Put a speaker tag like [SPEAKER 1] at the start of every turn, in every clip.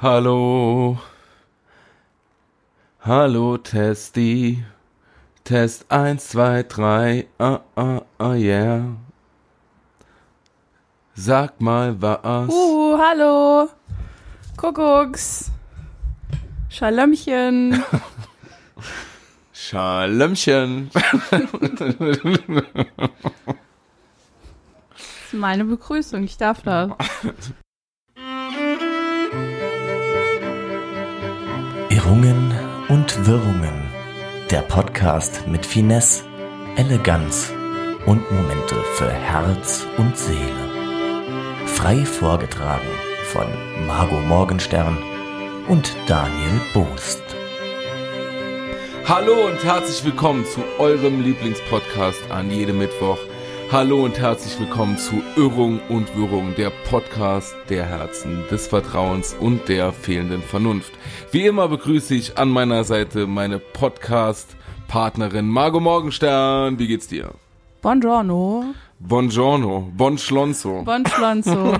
[SPEAKER 1] Hallo. Hallo, Testi. Test 1, 2, 3. Ah, ah, ah, yeah. Sag mal was.
[SPEAKER 2] Uh, hallo. Kuckucks. Schalömchen.
[SPEAKER 1] Schalömchen.
[SPEAKER 2] Das ist meine Begrüßung, ich darf das.
[SPEAKER 3] Irrungen und Wirrungen. Der Podcast mit Finesse, Eleganz und Momente für Herz und Seele. Frei vorgetragen von Margot Morgenstern und Daniel Boost.
[SPEAKER 1] Hallo und herzlich willkommen zu eurem Lieblingspodcast an jedem Mittwoch. Hallo und herzlich willkommen zu Irrung und Wirrung, der Podcast der Herzen, des Vertrauens und der fehlenden Vernunft. Wie immer begrüße ich an meiner Seite meine Podcast-Partnerin Margot Morgenstern. Wie geht's dir?
[SPEAKER 2] Buongiorno.
[SPEAKER 1] Buongiorno, buon schlonzo.
[SPEAKER 2] Bon Schlonzo.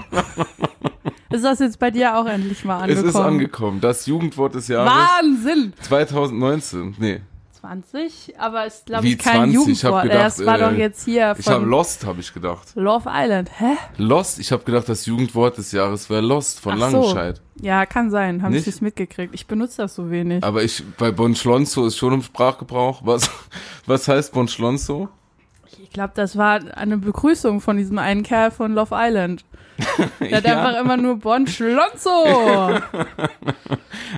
[SPEAKER 2] ist das jetzt bei dir auch endlich mal
[SPEAKER 1] Es
[SPEAKER 2] angekommen?
[SPEAKER 1] ist angekommen, das Jugendwort des Jahres
[SPEAKER 2] Wahnsinn!
[SPEAKER 1] 2019. Nee,
[SPEAKER 2] 20, aber ist, glaube
[SPEAKER 1] Wie
[SPEAKER 2] ich, kein
[SPEAKER 1] 20? Ich hab
[SPEAKER 2] Jugendwort.
[SPEAKER 1] gedacht,
[SPEAKER 2] das war
[SPEAKER 1] äh,
[SPEAKER 2] doch jetzt hier
[SPEAKER 1] ich habe
[SPEAKER 2] von
[SPEAKER 1] Lost, habe ich gedacht.
[SPEAKER 2] Love Island. Hä?
[SPEAKER 1] Lost, ich habe gedacht, das Jugendwort des Jahres wäre Lost von
[SPEAKER 2] Ach so.
[SPEAKER 1] Langenscheid.
[SPEAKER 2] Ja, kann sein. Habe
[SPEAKER 1] Nicht?
[SPEAKER 2] ich nicht mitgekriegt. Ich benutze das so wenig.
[SPEAKER 1] Aber ich, bei Bon Schlonzo ist schon im Sprachgebrauch. Was, was heißt Bon Schlonzo?
[SPEAKER 2] Ich glaube, das war eine Begrüßung von diesem einen Kerl von Love Island. Der hat einfach immer nur Bon Schlonzo.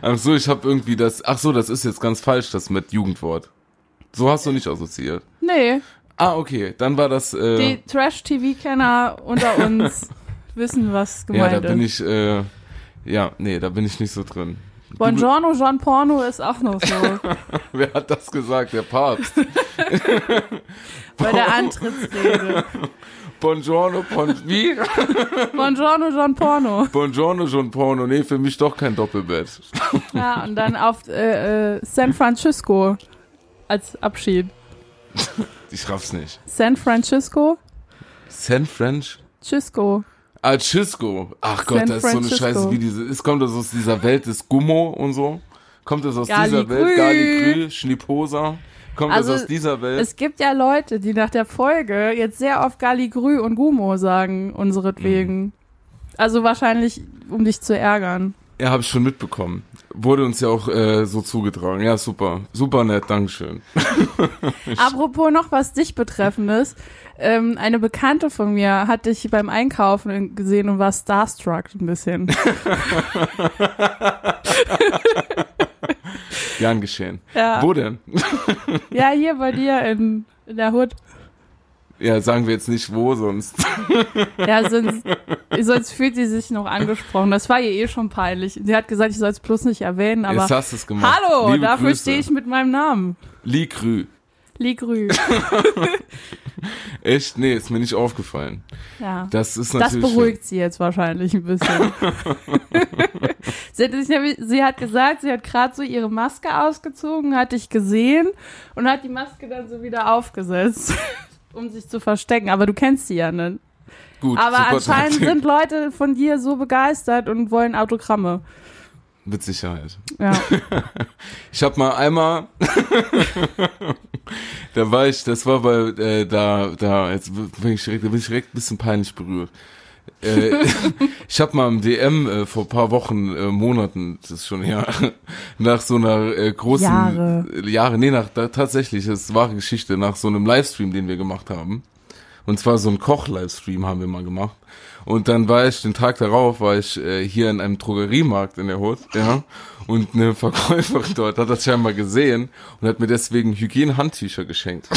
[SPEAKER 1] Ach so, ich habe irgendwie das, ach so, das ist jetzt ganz falsch, das mit Jugendwort. So hast du nicht assoziiert.
[SPEAKER 2] Nee,
[SPEAKER 1] Ah, okay, dann war das, äh,
[SPEAKER 2] die Trash-TV-Kenner unter uns wissen, was
[SPEAKER 1] ja,
[SPEAKER 2] gemeint
[SPEAKER 1] da bin
[SPEAKER 2] ist.
[SPEAKER 1] ich, äh, ja, nee, da bin ich nicht so drin.
[SPEAKER 2] Buongiorno, John Porno ist auch noch so.
[SPEAKER 1] Wer hat das gesagt? Der Papst.
[SPEAKER 2] bei der Antrittsrede.
[SPEAKER 1] Buongiorno, bon, wie?
[SPEAKER 2] Buongiorno, John Porno.
[SPEAKER 1] Buongiorno, John Porno. Nee, für mich doch kein Doppelbett.
[SPEAKER 2] Ja, und dann auf äh, äh, San Francisco als Abschied.
[SPEAKER 1] Ich raff's nicht.
[SPEAKER 2] San Francisco?
[SPEAKER 1] San French?
[SPEAKER 2] Cisco.
[SPEAKER 1] Ah, Chisco. Ach Gott,
[SPEAKER 2] San
[SPEAKER 1] das ist so eine
[SPEAKER 2] Francisco.
[SPEAKER 1] Scheiße wie diese. Es kommt das aus dieser Welt des Gummo und so. Kommt das aus dieser
[SPEAKER 2] Galigrü.
[SPEAKER 1] Welt? Galigrü, Schniposa. Kommt
[SPEAKER 2] Also,
[SPEAKER 1] das aus dieser Welt?
[SPEAKER 2] Es gibt ja Leute, die nach der Folge jetzt sehr oft Galigrü und Gumo sagen, unseretwegen.
[SPEAKER 1] Mhm.
[SPEAKER 2] Also wahrscheinlich, um dich zu ärgern.
[SPEAKER 1] Ja, habe ich schon mitbekommen. Wurde uns ja auch äh, so zugetragen. Ja, super. Super nett, Dankeschön.
[SPEAKER 2] Apropos noch was dich betreffendes. Ähm, eine Bekannte von mir hat dich beim Einkaufen gesehen und war starstruck ein bisschen.
[SPEAKER 1] Gern geschehen.
[SPEAKER 2] Ja,
[SPEAKER 1] Wo denn?
[SPEAKER 2] ja hier bei dir in, in der Hut.
[SPEAKER 1] Ja, sagen wir jetzt nicht wo sonst.
[SPEAKER 2] Ja, sonst, sonst fühlt sie sich noch angesprochen. Das war ihr eh schon peinlich. Sie hat gesagt, ich soll es bloß nicht erwähnen, aber
[SPEAKER 1] jetzt hast du es gemacht.
[SPEAKER 2] hallo,
[SPEAKER 1] Liebe
[SPEAKER 2] dafür
[SPEAKER 1] Grüße.
[SPEAKER 2] stehe ich mit meinem Namen.
[SPEAKER 1] Ligrü.
[SPEAKER 2] Ligrü.
[SPEAKER 1] Echt? Nee, ist mir nicht aufgefallen.
[SPEAKER 2] Ja.
[SPEAKER 1] Das ist
[SPEAKER 2] Das
[SPEAKER 1] natürlich.
[SPEAKER 2] beruhigt sie jetzt wahrscheinlich ein bisschen. sie, hat sich nämlich, sie hat gesagt, sie hat gerade so ihre Maske ausgezogen, hat dich gesehen und hat die Maske dann so wieder aufgesetzt, um sich zu verstecken. Aber du kennst sie ja nicht.
[SPEAKER 1] Gut,
[SPEAKER 2] Aber
[SPEAKER 1] super
[SPEAKER 2] anscheinend
[SPEAKER 1] Taktik.
[SPEAKER 2] sind Leute von dir so begeistert und wollen Autogramme.
[SPEAKER 1] Mit Sicherheit.
[SPEAKER 2] Ja.
[SPEAKER 1] Ich habe mal einmal, da war ich, das war bei, äh, da, da, jetzt bin ich direkt, da bin ich direkt ein bisschen peinlich berührt. Äh, ich habe mal im DM äh, vor paar Wochen, äh, Monaten, das ist schon her, nach so einer äh, großen
[SPEAKER 2] Jahre.
[SPEAKER 1] äh, Jahre, nee, nach da, tatsächlich, das ist wahre Geschichte, nach so einem Livestream, den wir gemacht haben. Und zwar so ein Koch-Livestream haben wir mal gemacht. Und dann war ich den Tag darauf, war ich äh, hier in einem Drogeriemarkt in der Hut, ja. Und eine Verkäuferin dort hat das scheinbar gesehen und hat mir deswegen Hygiene-Handtücher geschenkt.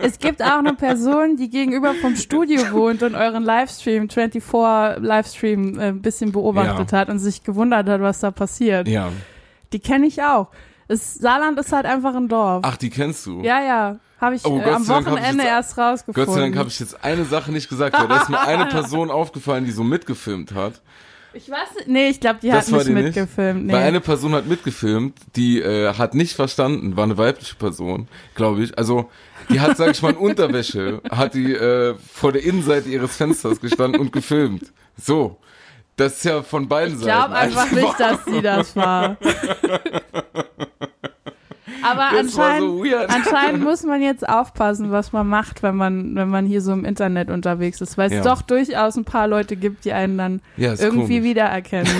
[SPEAKER 2] Es gibt auch eine Person, die gegenüber vom Studio wohnt und euren Livestream, 24 Livestream, äh, ein bisschen beobachtet
[SPEAKER 1] Ja.
[SPEAKER 2] hat und sich gewundert hat, was da passiert.
[SPEAKER 1] Ja.
[SPEAKER 2] Die kenne ich auch. Das Saarland ist halt einfach ein Dorf.
[SPEAKER 1] Ach, die kennst du?
[SPEAKER 2] Ja, ja. Habe ich
[SPEAKER 1] Oh,
[SPEAKER 2] äh,
[SPEAKER 1] Gott
[SPEAKER 2] am
[SPEAKER 1] sei Dank hab ich
[SPEAKER 2] Wochenende
[SPEAKER 1] jetzt-
[SPEAKER 2] erst rausgefunden.
[SPEAKER 1] Gott sei Dank habe ich jetzt eine Sache nicht gesagt, weil da ist mir eine Person aufgefallen, die so mitgefilmt hat.
[SPEAKER 2] Ich weiß nicht. Nee, ich glaube, die
[SPEAKER 1] Das
[SPEAKER 2] hat
[SPEAKER 1] war
[SPEAKER 2] nicht
[SPEAKER 1] die nicht?
[SPEAKER 2] mitgefilmt.
[SPEAKER 1] Weil
[SPEAKER 2] Nee.
[SPEAKER 1] eine Person hat mitgefilmt, die äh, hat nicht verstanden, war eine weibliche Person, glaube ich. Also die hat, sag ich mal, in Unterwäsche, hat die äh, vor der Innenseite ihres Fensters gestanden und gefilmt. So. Das ist ja von beiden
[SPEAKER 2] Ich
[SPEAKER 1] Seiten. Also,
[SPEAKER 2] glaube einfach nicht, dass sie das war. Aber
[SPEAKER 1] Das war
[SPEAKER 2] anscheinend,
[SPEAKER 1] so weird.
[SPEAKER 2] anscheinend muss man jetzt aufpassen, was man macht, wenn man, wenn man hier so im Internet unterwegs ist, weil
[SPEAKER 1] Ja.
[SPEAKER 2] es doch durchaus ein paar Leute gibt, die einen dann
[SPEAKER 1] Ja, ist
[SPEAKER 2] irgendwie
[SPEAKER 1] komisch.
[SPEAKER 2] wiedererkennen.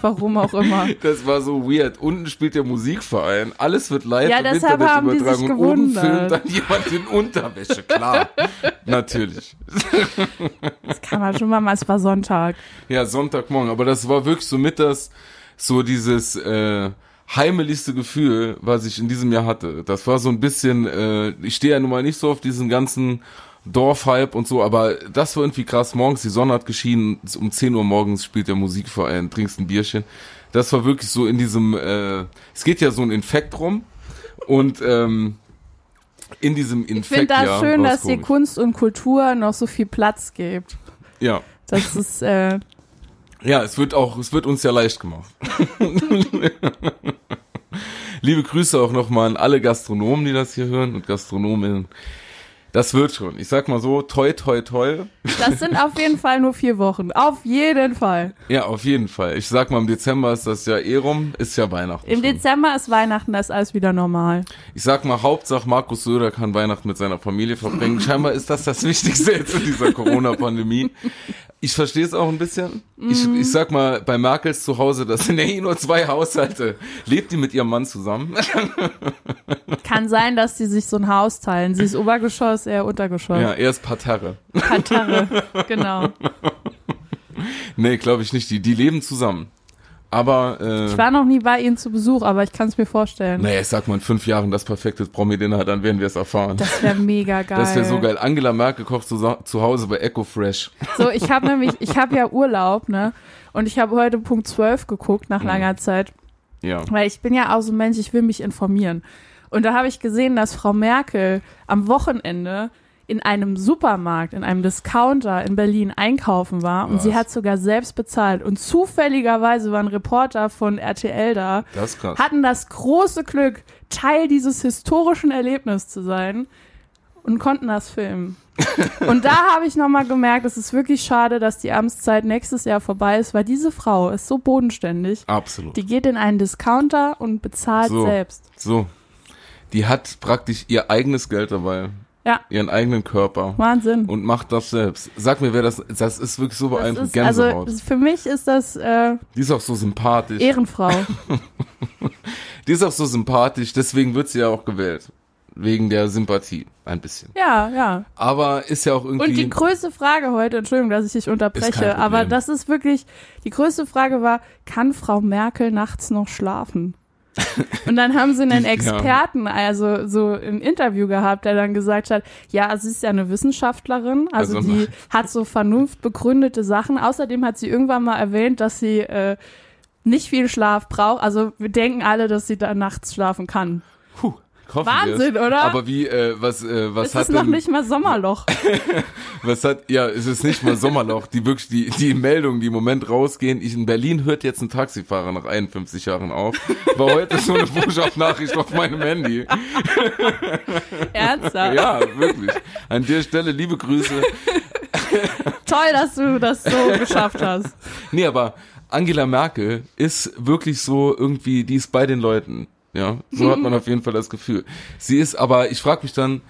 [SPEAKER 2] Warum auch immer.
[SPEAKER 1] Das war so weird. Unten spielt der Musikverein. Alles wird live
[SPEAKER 2] Ja,
[SPEAKER 1] im
[SPEAKER 2] deshalb
[SPEAKER 1] Internet
[SPEAKER 2] haben die sich
[SPEAKER 1] übertragen. Und oben
[SPEAKER 2] gewundert.
[SPEAKER 1] filmt dann jemand in Unterwäsche. Klar. Natürlich.
[SPEAKER 2] Das kann man schon mal mal, es war Sonntag.
[SPEAKER 1] Ja, Sonntagmorgen. Aber das war wirklich so mit das, so dieses äh, heimeligste Gefühl, was ich in diesem Jahr hatte. Das war so ein bisschen, äh, ich stehe ja nun mal nicht so auf diesen ganzen Dorfhype und so, aber das war irgendwie krass. Morgens, die Sonne hat geschienen, um 10 Uhr morgens spielt der Musikverein, trinkst ein Bierchen. Das war wirklich so in diesem, äh, es geht ja so ein Infekt rum und ähm, in diesem
[SPEAKER 2] Ich
[SPEAKER 1] Infekt,
[SPEAKER 2] finde das
[SPEAKER 1] ja,
[SPEAKER 2] schön,
[SPEAKER 1] war's
[SPEAKER 2] dass hier
[SPEAKER 1] komisch.
[SPEAKER 2] Kunst und Kultur noch so viel Platz gibt.
[SPEAKER 1] Ja.
[SPEAKER 2] Das ist, äh,
[SPEAKER 1] Ja, es wird auch, es wird uns ja leicht gemacht. Liebe Grüße auch nochmal an alle Gastronomen, die das hier hören und Gastronominnen. Das wird schon. Ich sag mal so, toi, toi, toi.
[SPEAKER 2] das sind auf jeden Fall nur vier Wochen. Auf jeden Fall.
[SPEAKER 1] Ja, auf jeden Fall. Ich sag mal, im Dezember ist das ja eh rum, ist ja Weihnachten.
[SPEAKER 2] Im
[SPEAKER 1] schon.
[SPEAKER 2] Dezember ist Weihnachten, das ist alles wieder normal.
[SPEAKER 1] Ich sag mal, Hauptsache Markus Söder kann Weihnachten mit seiner Familie verbringen. Scheinbar ist das das Wichtigste jetzt in dieser Corona-Pandemie. Ich verstehe es auch ein bisschen. Ich, ich sag mal, bei Merkels zu Hause, das sind ja eh nur zwei Haushalte. Lebt die mit ihrem Mann zusammen?
[SPEAKER 2] Kann sein, dass die sich so ein Haus teilen. Sie ist Obergeschoss, er Untergeschoss.
[SPEAKER 1] Ja, er ist Parterre.
[SPEAKER 2] Katarre, genau.
[SPEAKER 1] Nee, glaube ich nicht. Die, die leben zusammen. Aber,
[SPEAKER 2] Ich
[SPEAKER 1] äh,
[SPEAKER 2] war noch nie bei ihnen zu Besuch, aber ich kann es mir vorstellen.
[SPEAKER 1] naja, ich sag mal, in fünf Jahren das perfekte Promi-Dinner, dann werden wir es erfahren. Das,
[SPEAKER 2] Das wäre mega geil.
[SPEAKER 1] wäre so geil. Angela Merkel kocht zu, zu Hause bei Echo Fresh.
[SPEAKER 2] So, ich habe nämlich, ich habe ja Urlaub, ne? Und ich habe heute Punkt 12 geguckt
[SPEAKER 1] Mhm.
[SPEAKER 2] nach langer Zeit,
[SPEAKER 1] Ja.
[SPEAKER 2] weil ich bin ja auch so ein Mensch, ich will mich informieren. Und da habe ich gesehen, dass Frau Merkel am Wochenende in einem Supermarkt, in einem Discounter in Berlin einkaufen war und
[SPEAKER 1] Was?
[SPEAKER 2] sie hat sogar selbst bezahlt. Und zufälligerweise war ein Reporter von RTL da,
[SPEAKER 1] Das ist krass.
[SPEAKER 2] hatten das große Glück, Teil dieses historischen Erlebnisses zu sein und konnten das filmen. und da habe ich nochmal gemerkt, es ist wirklich schade, dass die Amtszeit nächstes Jahr vorbei ist, weil diese Frau ist so bodenständig.
[SPEAKER 1] Absolut.
[SPEAKER 2] Die geht in einen Discounter und bezahlt
[SPEAKER 1] So.
[SPEAKER 2] selbst.
[SPEAKER 1] so. Die hat praktisch ihr eigenes Geld dabei.
[SPEAKER 2] Ja,
[SPEAKER 1] Ihren eigenen Körper.
[SPEAKER 2] Wahnsinn.
[SPEAKER 1] Und macht das selbst. Sag mir, wer das, das ist wirklich so
[SPEAKER 2] Das
[SPEAKER 1] beeindruckend.
[SPEAKER 2] ist, also
[SPEAKER 1] Gänsehaut.
[SPEAKER 2] für mich ist das äh,
[SPEAKER 1] die ist auch so sympathisch.
[SPEAKER 2] Ehrenfrau.
[SPEAKER 1] die ist auch so sympathisch, deswegen wird sie ja auch gewählt. Wegen der Sympathie. Ein bisschen.
[SPEAKER 2] ja, ja.
[SPEAKER 1] Aber ist ja auch irgendwie.
[SPEAKER 2] Und die größte Frage heute, Entschuldigung, dass ich dich
[SPEAKER 1] Ist kein
[SPEAKER 2] unterbreche,
[SPEAKER 1] Problem.
[SPEAKER 2] aber das ist wirklich, die größte Frage war, kann Frau Merkel nachts noch schlafen? Und dann haben sie einen
[SPEAKER 1] Die- ja.
[SPEAKER 2] Experten, also so ein Interview gehabt, der dann gesagt hat, ja, sie ist ja eine Wissenschaftlerin, also,
[SPEAKER 1] Also
[SPEAKER 2] die hat so vernunftbegründete Sachen. Außerdem hat sie irgendwann mal erwähnt, dass sie äh, nicht viel Schlaf braucht. Also wir denken alle, dass sie da nachts schlafen kann.
[SPEAKER 1] Puh, hoffen
[SPEAKER 2] Wahnsinn,
[SPEAKER 1] wir's.
[SPEAKER 2] oder?
[SPEAKER 1] Aber wie, äh, was, äh, was
[SPEAKER 2] Es
[SPEAKER 1] hat
[SPEAKER 2] ist noch
[SPEAKER 1] denn,
[SPEAKER 2] nicht mal Sommerloch.
[SPEAKER 1] was hat, ja, es ist nicht mal Sommerloch, die wirklich, die, die Meldungen, die im Moment rausgehen, ich, in Berlin hört jetzt ein Taxifahrer nach 51 Jahren auf, war heute so eine Botschaft-Nachricht auf meinem Handy.
[SPEAKER 2] Ernsthaft.
[SPEAKER 1] Ja, wirklich. An der Stelle liebe Grüße.
[SPEAKER 2] Toll, dass du das so geschafft hast.
[SPEAKER 1] Nee, aber Angela Merkel ist wirklich so irgendwie, die ist bei den Leuten. Ja, so hat man auf jeden Fall das Gefühl. Sie ist aber, ich frage mich dann,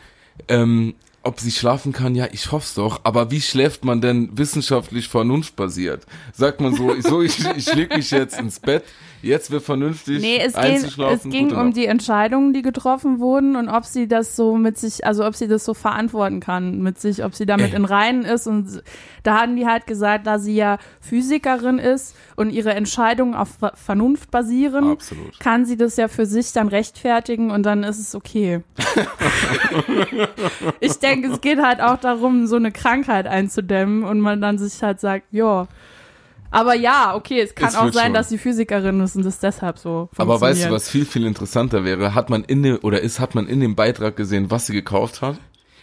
[SPEAKER 1] ähm, ob sie schlafen kann, ja, ich hoff's doch, aber wie schläft man denn wissenschaftlich vernunftbasiert? Sagt man so, ich, so, ich, ich leg mich jetzt ins Bett, jetzt wird vernünftig
[SPEAKER 2] Nee, es ging, es
[SPEAKER 1] einzuschlafen.
[SPEAKER 2] ging
[SPEAKER 1] gute
[SPEAKER 2] um
[SPEAKER 1] Nacht.
[SPEAKER 2] die Entscheidungen, die getroffen wurden und ob sie das so mit sich, also ob sie das so verantworten kann mit sich, ob sie damit
[SPEAKER 1] Ey.
[SPEAKER 2] in Reinen ist. Und da hatten die halt gesagt, da sie ja Physikerin ist und ihre Entscheidungen auf Ver- Vernunft basieren,
[SPEAKER 1] Absolut.
[SPEAKER 2] kann sie das ja für sich dann rechtfertigen und dann ist es okay. ich denke, es geht halt auch darum, so eine Krankheit einzudämmen und man dann sich halt sagt, ja. Aber ja, okay, es kann
[SPEAKER 1] Es
[SPEAKER 2] auch
[SPEAKER 1] wird
[SPEAKER 2] sein,
[SPEAKER 1] schon.
[SPEAKER 2] dass sie Physikerin ist und das deshalb so
[SPEAKER 1] Aber weißt du,
[SPEAKER 2] funktioniert.
[SPEAKER 1] was viel, viel interessanter wäre? Hat man in dem, oder ist, hat man in dem Beitrag gesehen, was sie gekauft hat?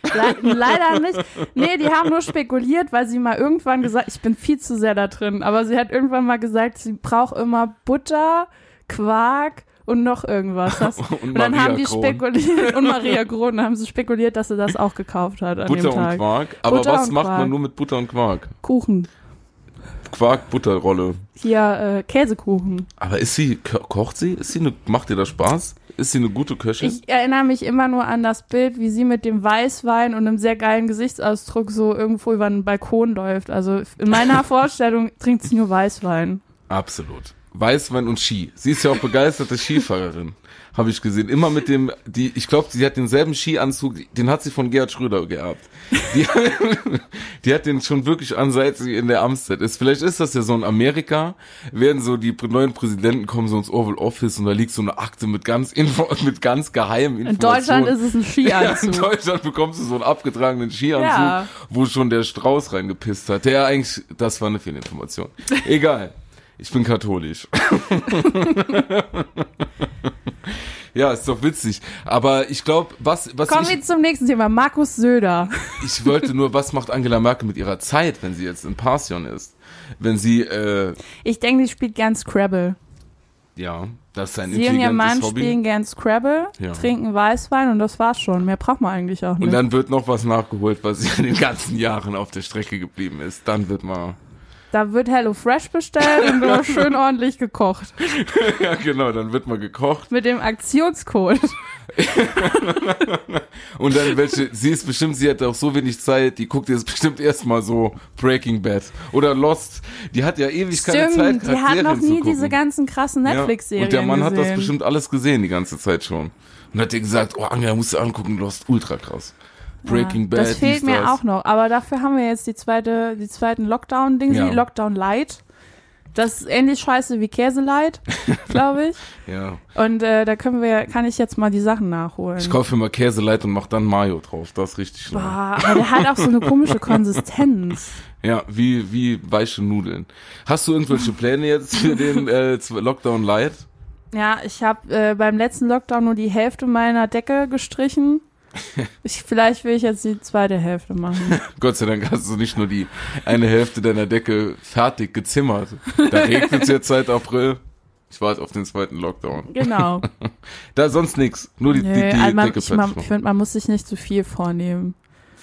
[SPEAKER 2] Le leider nicht. Nee, die haben nur spekuliert, weil sie mal irgendwann gesagt, ich bin viel zu sehr da drin, aber sie hat irgendwann mal gesagt, sie braucht immer Butter, Quark und noch irgendwas. Das, und, dann
[SPEAKER 1] Maria
[SPEAKER 2] haben die
[SPEAKER 1] Kron.
[SPEAKER 2] spekuliert und Maria Kron haben sie spekuliert, dass sie das auch gekauft hat an
[SPEAKER 1] Butter
[SPEAKER 2] dem
[SPEAKER 1] und
[SPEAKER 2] Tag.
[SPEAKER 1] Quark. Aber
[SPEAKER 2] Butter
[SPEAKER 1] was
[SPEAKER 2] und
[SPEAKER 1] macht
[SPEAKER 2] Quark.
[SPEAKER 1] man nur mit Butter und Quark?
[SPEAKER 2] Kuchen.
[SPEAKER 1] Quark-Butterrolle.
[SPEAKER 2] Hier, äh, Käsekuchen.
[SPEAKER 1] Aber ist sie, ko- kocht sie? Ist sie eine, macht ihr das Spaß? Ist sie eine gute Köchin?
[SPEAKER 2] Ich erinnere mich immer nur an das Bild, wie sie mit dem Weißwein und einem sehr geilen Gesichtsausdruck so irgendwo über einen Balkon läuft. Also in meiner Vorstellung trinkt sie nur Weißwein.
[SPEAKER 1] Absolut. Weißwein und Ski. Sie ist ja auch begeisterte Skifahrerin, habe ich gesehen. Immer mit dem, die, ich glaube, sie hat denselben Skianzug, den hat sie von Gerhard Schröder geerbt. Die, die hat den schon wirklich an, seit sie in der Amtszeit ist. Vielleicht ist das ja so in Amerika, werden so die neuen Präsidenten kommen so ins Oval Office und da liegt so eine Akte mit ganz Info, mit ganz geheimen
[SPEAKER 2] In
[SPEAKER 1] Informationen.
[SPEAKER 2] Deutschland ist es ein
[SPEAKER 1] Ja, in
[SPEAKER 2] Skianzug.
[SPEAKER 1] Deutschland bekommst du so einen abgetragenen Skianzug,
[SPEAKER 2] Ja.
[SPEAKER 1] wo schon der Strauß reingepisst hat. Der eigentlich, das war eine Fehlinformation. Egal. Ich bin katholisch. ja, ist doch witzig. Aber ich glaube, was, was
[SPEAKER 2] Kommen wir
[SPEAKER 1] ich,
[SPEAKER 2] zum nächsten Thema. Markus Söder.
[SPEAKER 1] ich wollte nur, was macht Angela Merkel mit ihrer Zeit, wenn sie jetzt in Passion ist? Wenn sie, äh,
[SPEAKER 2] Ich denke, die spielt gern Scrabble.
[SPEAKER 1] ja, das ist ein
[SPEAKER 2] Sie und ihr Mann
[SPEAKER 1] intelligentes
[SPEAKER 2] spielen
[SPEAKER 1] Hobby.
[SPEAKER 2] gern Scrabble,
[SPEAKER 1] Ja.
[SPEAKER 2] trinken Weißwein und das war's schon. Mehr braucht man eigentlich auch
[SPEAKER 1] Und
[SPEAKER 2] nicht.
[SPEAKER 1] dann wird noch was nachgeholt, was in den ganzen Jahren auf der Strecke geblieben ist. Dann wird mal
[SPEAKER 2] Da wird Hello Fresh bestellt und wird schön ordentlich gekocht.
[SPEAKER 1] Ja, genau, dann wird mal gekocht.
[SPEAKER 2] Mit dem Aktionscode.
[SPEAKER 1] Und dann welche, sie ist bestimmt, sie hat auch so wenig Zeit, die guckt jetzt bestimmt erstmal so Breaking Bad oder Lost. Die hat ja ewig keine Zeit,
[SPEAKER 2] Stimmt, die
[SPEAKER 1] gerade
[SPEAKER 2] hat noch
[SPEAKER 1] Serien zu
[SPEAKER 2] nie
[SPEAKER 1] gucken.
[SPEAKER 2] diese ganzen krassen
[SPEAKER 1] Ja,
[SPEAKER 2] Netflix-Serien
[SPEAKER 1] Und der Mann
[SPEAKER 2] gesehen.
[SPEAKER 1] hat das bestimmt alles gesehen die ganze Zeit schon. Und hat dir gesagt, oh Angela, musst du angucken, Lost, ultra krass. Breaking
[SPEAKER 2] Ja,
[SPEAKER 1] Bad,
[SPEAKER 2] Das fehlt
[SPEAKER 1] dies,
[SPEAKER 2] mir
[SPEAKER 1] das.
[SPEAKER 2] auch noch, aber dafür haben wir jetzt die zweite, die zweiten Lockdown-Dings,
[SPEAKER 1] Ja.
[SPEAKER 2] die Lockdown Light. Das ist ähnlich scheiße wie Käseleid, glaube ich.
[SPEAKER 1] Ja.
[SPEAKER 2] Und äh, da können wir, kann ich jetzt mal die Sachen nachholen.
[SPEAKER 1] Ich kaufe mir mal Käseleit und mach dann Mayo drauf. Das ist richtig schlimm.
[SPEAKER 2] Boah, aber der hat auch so eine komische Konsistenz.
[SPEAKER 1] Ja, wie, wie weiche Nudeln. Hast du irgendwelche Pläne jetzt für den äh, Lockdown Light?
[SPEAKER 2] Ja, ich habe äh, beim letzten Lockdown nur die Hälfte meiner Decke gestrichen. Ich, vielleicht will ich jetzt die zweite Hälfte machen.
[SPEAKER 1] Gott sei Dank hast du nicht nur die eine Hälfte deiner Decke fertig gezimmert. Da regnet es jetzt seit April. Ich warte auf den zweiten Lockdown.
[SPEAKER 2] Genau.
[SPEAKER 1] Da ist sonst nix. Nur die,
[SPEAKER 2] Nö,
[SPEAKER 1] die, die
[SPEAKER 2] also man,
[SPEAKER 1] Decke
[SPEAKER 2] ich, man,
[SPEAKER 1] fertig
[SPEAKER 2] ich
[SPEAKER 1] machen.
[SPEAKER 2] find, man muss sich nicht zu viel vornehmen.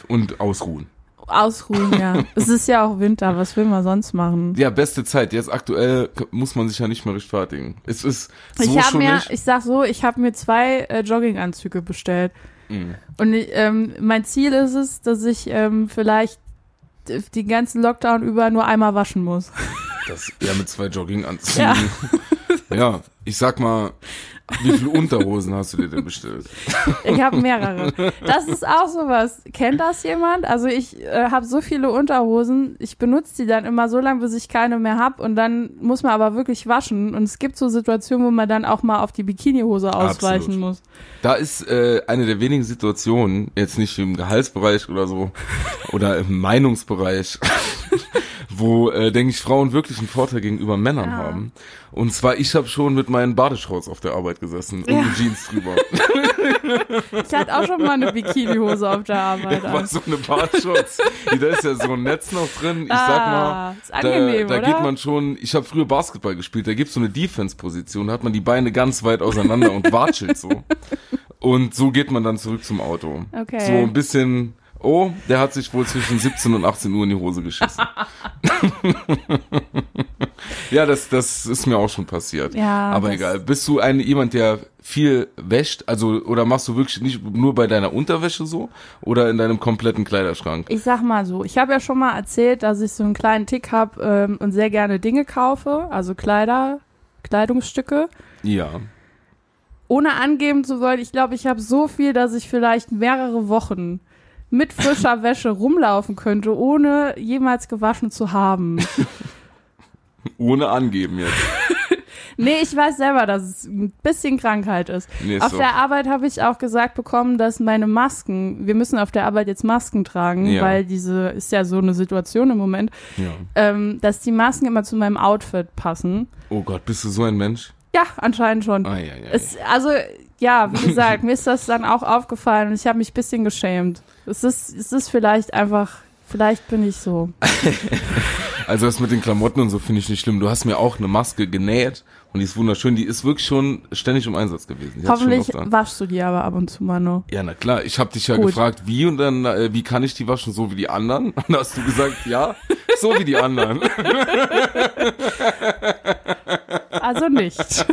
[SPEAKER 1] Und ausruhen.
[SPEAKER 2] Ausruhen, ja. es ist ja auch Winter, was will man sonst machen?
[SPEAKER 1] Ja, beste Zeit. Jetzt aktuell k- muss man sich ja nicht mehr rechtfertigen. Es ist so
[SPEAKER 2] ich habe
[SPEAKER 1] schon
[SPEAKER 2] mir,
[SPEAKER 1] nicht.
[SPEAKER 2] ich sag so, ich habe mir zwei äh, Jogginganzüge bestellt.
[SPEAKER 1] Mhm.
[SPEAKER 2] Und ich, ähm, mein Ziel ist es, dass ich ähm, vielleicht d- den ganzen Lockdown über nur einmal waschen muss.
[SPEAKER 1] Mhm. Das, ja, mit zwei Jogginganzügen. Ja. ja, ich sag mal, wie viele Unterhosen hast du dir denn bestellt?
[SPEAKER 2] Ich habe mehrere. Das ist auch sowas. Kennt das jemand? Also ich äh, habe so viele Unterhosen, ich benutze die dann immer so lange, bis ich keine mehr hab. und dann muss man aber wirklich waschen. Und es gibt so Situationen, wo man dann auch mal auf die Bikinihose ausweichen
[SPEAKER 1] Absolut.
[SPEAKER 2] muss.
[SPEAKER 1] Da ist äh, eine der wenigen Situationen, jetzt nicht im Gehaltsbereich oder so, oder im Meinungsbereich, wo, äh, denke ich, Frauen wirklich einen Vorteil gegenüber Männern
[SPEAKER 2] Ja.
[SPEAKER 1] haben. Und zwar, ich habe schon mit meinen Badeshorts auf der Arbeit gesessen und
[SPEAKER 2] Ja.
[SPEAKER 1] mit Jeans drüber.
[SPEAKER 2] Ich hatte auch schon mal eine Bikinihose auf der Arbeit. an.
[SPEAKER 1] Was so eine Badeshorts. da ist ja so ein Netz noch drin. Ich sag mal,
[SPEAKER 2] Ah, ist angenehm,
[SPEAKER 1] da, da
[SPEAKER 2] oder?
[SPEAKER 1] geht man schon, ich habe früher Basketball gespielt, da gibt's so eine Defense-Position, da hat man die Beine ganz weit auseinander und watschelt so. Und so geht man dann zurück zum Auto.
[SPEAKER 2] Okay.
[SPEAKER 1] So ein bisschen, oh, der hat sich wohl zwischen 17 und 18 Uhr in die Hose geschissen. ja, das, das ist mir auch schon passiert.
[SPEAKER 2] Ja,
[SPEAKER 1] Aber
[SPEAKER 2] das-
[SPEAKER 1] egal. Bist du ein, jemand, der viel wäscht? Also, oder machst du wirklich nicht nur bei deiner Unterwäsche so? Oder in deinem kompletten Kleiderschrank?
[SPEAKER 2] Ich sag mal so, ich habe ja schon mal erzählt, dass ich so einen kleinen Tick hab ähm, und sehr gerne Dinge kaufe, also Kleider, Kleidungsstücke.
[SPEAKER 1] Ja.
[SPEAKER 2] Ohne angeben zu wollen, ich glaube, ich habe so viel, dass ich vielleicht mehrere Wochen mit frischer Wäsche rumlaufen könnte, ohne jemals gewaschen zu haben.
[SPEAKER 1] Ohne angeben jetzt.
[SPEAKER 2] Nee, ich weiß selber, dass es ein bisschen Krankheit ist.
[SPEAKER 1] Nee, ist
[SPEAKER 2] auf
[SPEAKER 1] so.
[SPEAKER 2] der Arbeit habe ich auch gesagt bekommen, dass meine Masken, wir müssen auf der Arbeit jetzt Masken tragen,
[SPEAKER 1] Ja.
[SPEAKER 2] weil diese ist ja so eine Situation im Moment,
[SPEAKER 1] Ja.
[SPEAKER 2] ähm, dass die Masken immer zu meinem Outfit passen.
[SPEAKER 1] Oh Gott, bist du so ein Mensch?
[SPEAKER 2] Ja, anscheinend schon.
[SPEAKER 1] Ai, ai, ai.
[SPEAKER 2] Es, also, ja, wie gesagt, mir ist das dann auch aufgefallen und ich habe mich ein bisschen geschämt. Es ist, es ist vielleicht einfach, vielleicht bin ich so.
[SPEAKER 1] Also das mit den Klamotten und so finde ich nicht schlimm. Du hast mir auch eine Maske genäht und die ist wunderschön. Die ist wirklich schon ständig im Einsatz gewesen. Die hat's schon
[SPEAKER 2] Hoffentlich
[SPEAKER 1] oft an.
[SPEAKER 2] waschst du die aber ab und zu mal nur.
[SPEAKER 1] Ja, na klar. Ich habe dich ja
[SPEAKER 2] Gut.
[SPEAKER 1] gefragt, wie und dann, äh, wie kann ich die waschen, so wie die anderen? Und da hast du gesagt, ja, so wie die anderen.
[SPEAKER 2] Also nicht.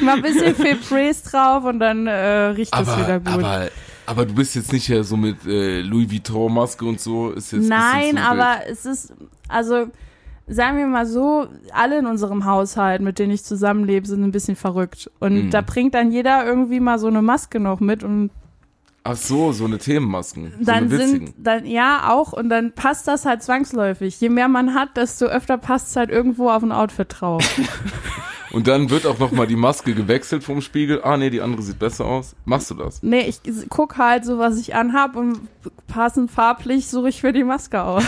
[SPEAKER 2] mal ein bisschen Febreze drauf und dann äh, riecht es wieder
[SPEAKER 1] aber,
[SPEAKER 2] gut.
[SPEAKER 1] aber, aber du bist jetzt nicht ja so mit äh, Louis Vuitton Maske und so. Ist jetzt
[SPEAKER 2] Nein,
[SPEAKER 1] ist jetzt so wild.
[SPEAKER 2] aber es ist, also sagen wir mal so, alle in unserem Haushalt, mit denen ich zusammenlebe, sind ein bisschen verrückt.
[SPEAKER 1] Hm.
[SPEAKER 2] Und da bringt dann jeder irgendwie mal so eine Maske noch mit und
[SPEAKER 1] Ach so, so eine Themenmasken.
[SPEAKER 2] dann
[SPEAKER 1] so eine witzigen.
[SPEAKER 2] sind, dann ja auch und dann passt das halt zwangsläufig. Je mehr man hat, desto öfter passt es halt irgendwo auf ein Outfit drauf.
[SPEAKER 1] Und dann wird auch nochmal die Maske gewechselt vom Spiegel. Ah, nee, die andere sieht besser aus. Machst du das?
[SPEAKER 2] nee, ich guck halt so, was ich anhab und passend farblich suche ich für die Maske aus.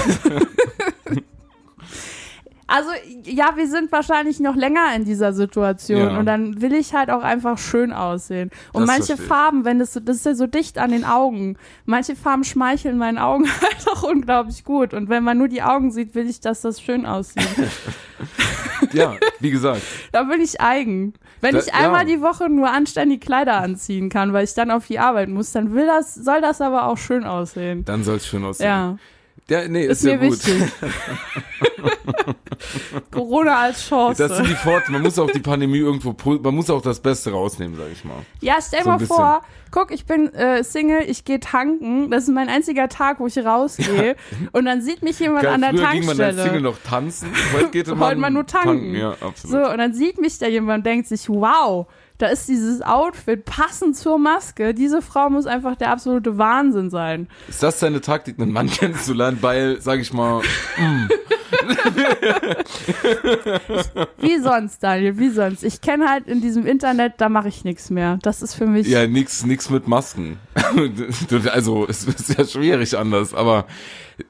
[SPEAKER 2] Also ja, wir sind wahrscheinlich noch länger in dieser Situation
[SPEAKER 1] Ja.
[SPEAKER 2] und dann will ich halt auch einfach schön aussehen. Und
[SPEAKER 1] Das
[SPEAKER 2] manche
[SPEAKER 1] verstehe ich.
[SPEAKER 2] Farben, wenn das so, das ist ja so dicht an den Augen. Manche Farben schmeicheln meinen Augen halt auch unglaublich gut. Und wenn man nur die Augen sieht, will ich, dass das schön aussieht.
[SPEAKER 1] Ja, wie gesagt.
[SPEAKER 2] Da bin ich eigen. Wenn
[SPEAKER 1] Da-
[SPEAKER 2] ich einmal
[SPEAKER 1] ja.
[SPEAKER 2] die Woche nur anständig Kleider anziehen kann, weil ich dann auf die Arbeit muss, dann will das, soll das aber auch schön aussehen.
[SPEAKER 1] Dann soll es schön aussehen.
[SPEAKER 2] Ja,
[SPEAKER 1] Der, nee, ist,
[SPEAKER 2] ist,
[SPEAKER 1] ja
[SPEAKER 2] mir
[SPEAKER 1] gut.
[SPEAKER 2] wichtig. Corona als Chance.
[SPEAKER 1] Das sind die Fort. Man muss auch die Pandemie irgendwo, po- man muss auch das Beste rausnehmen, sag ich mal.
[SPEAKER 2] ja, stell
[SPEAKER 1] so ein
[SPEAKER 2] mal vor, guck, ich bin äh, Single, ich gehe tanken. Das ist mein einziger Tag, wo ich rausgehe. Und dann sieht mich jemand
[SPEAKER 1] Geil,
[SPEAKER 2] an der
[SPEAKER 1] früher ging man als Single
[SPEAKER 2] Tankstelle.
[SPEAKER 1] noch tanzen. Heute geht
[SPEAKER 2] Heute
[SPEAKER 1] man
[SPEAKER 2] mal nur tanken.
[SPEAKER 1] Ja,
[SPEAKER 2] So,
[SPEAKER 1] absolut.
[SPEAKER 2] und dann sieht mich da jemand und denkt sich, wow, da ist dieses Outfit passend zur Maske. Diese Frau muss einfach der absolute Wahnsinn sein.
[SPEAKER 1] Ist das deine Taktik, einen Mann kennenzulernen? Weil, sag ich mal,
[SPEAKER 2] Wie sonst, Daniel, wie sonst. Ich kenne halt in diesem Internet, da mache ich nichts mehr. Das ist für mich.
[SPEAKER 1] ja, nix, nix mit Masken. also, es ist ja schwierig anders, aber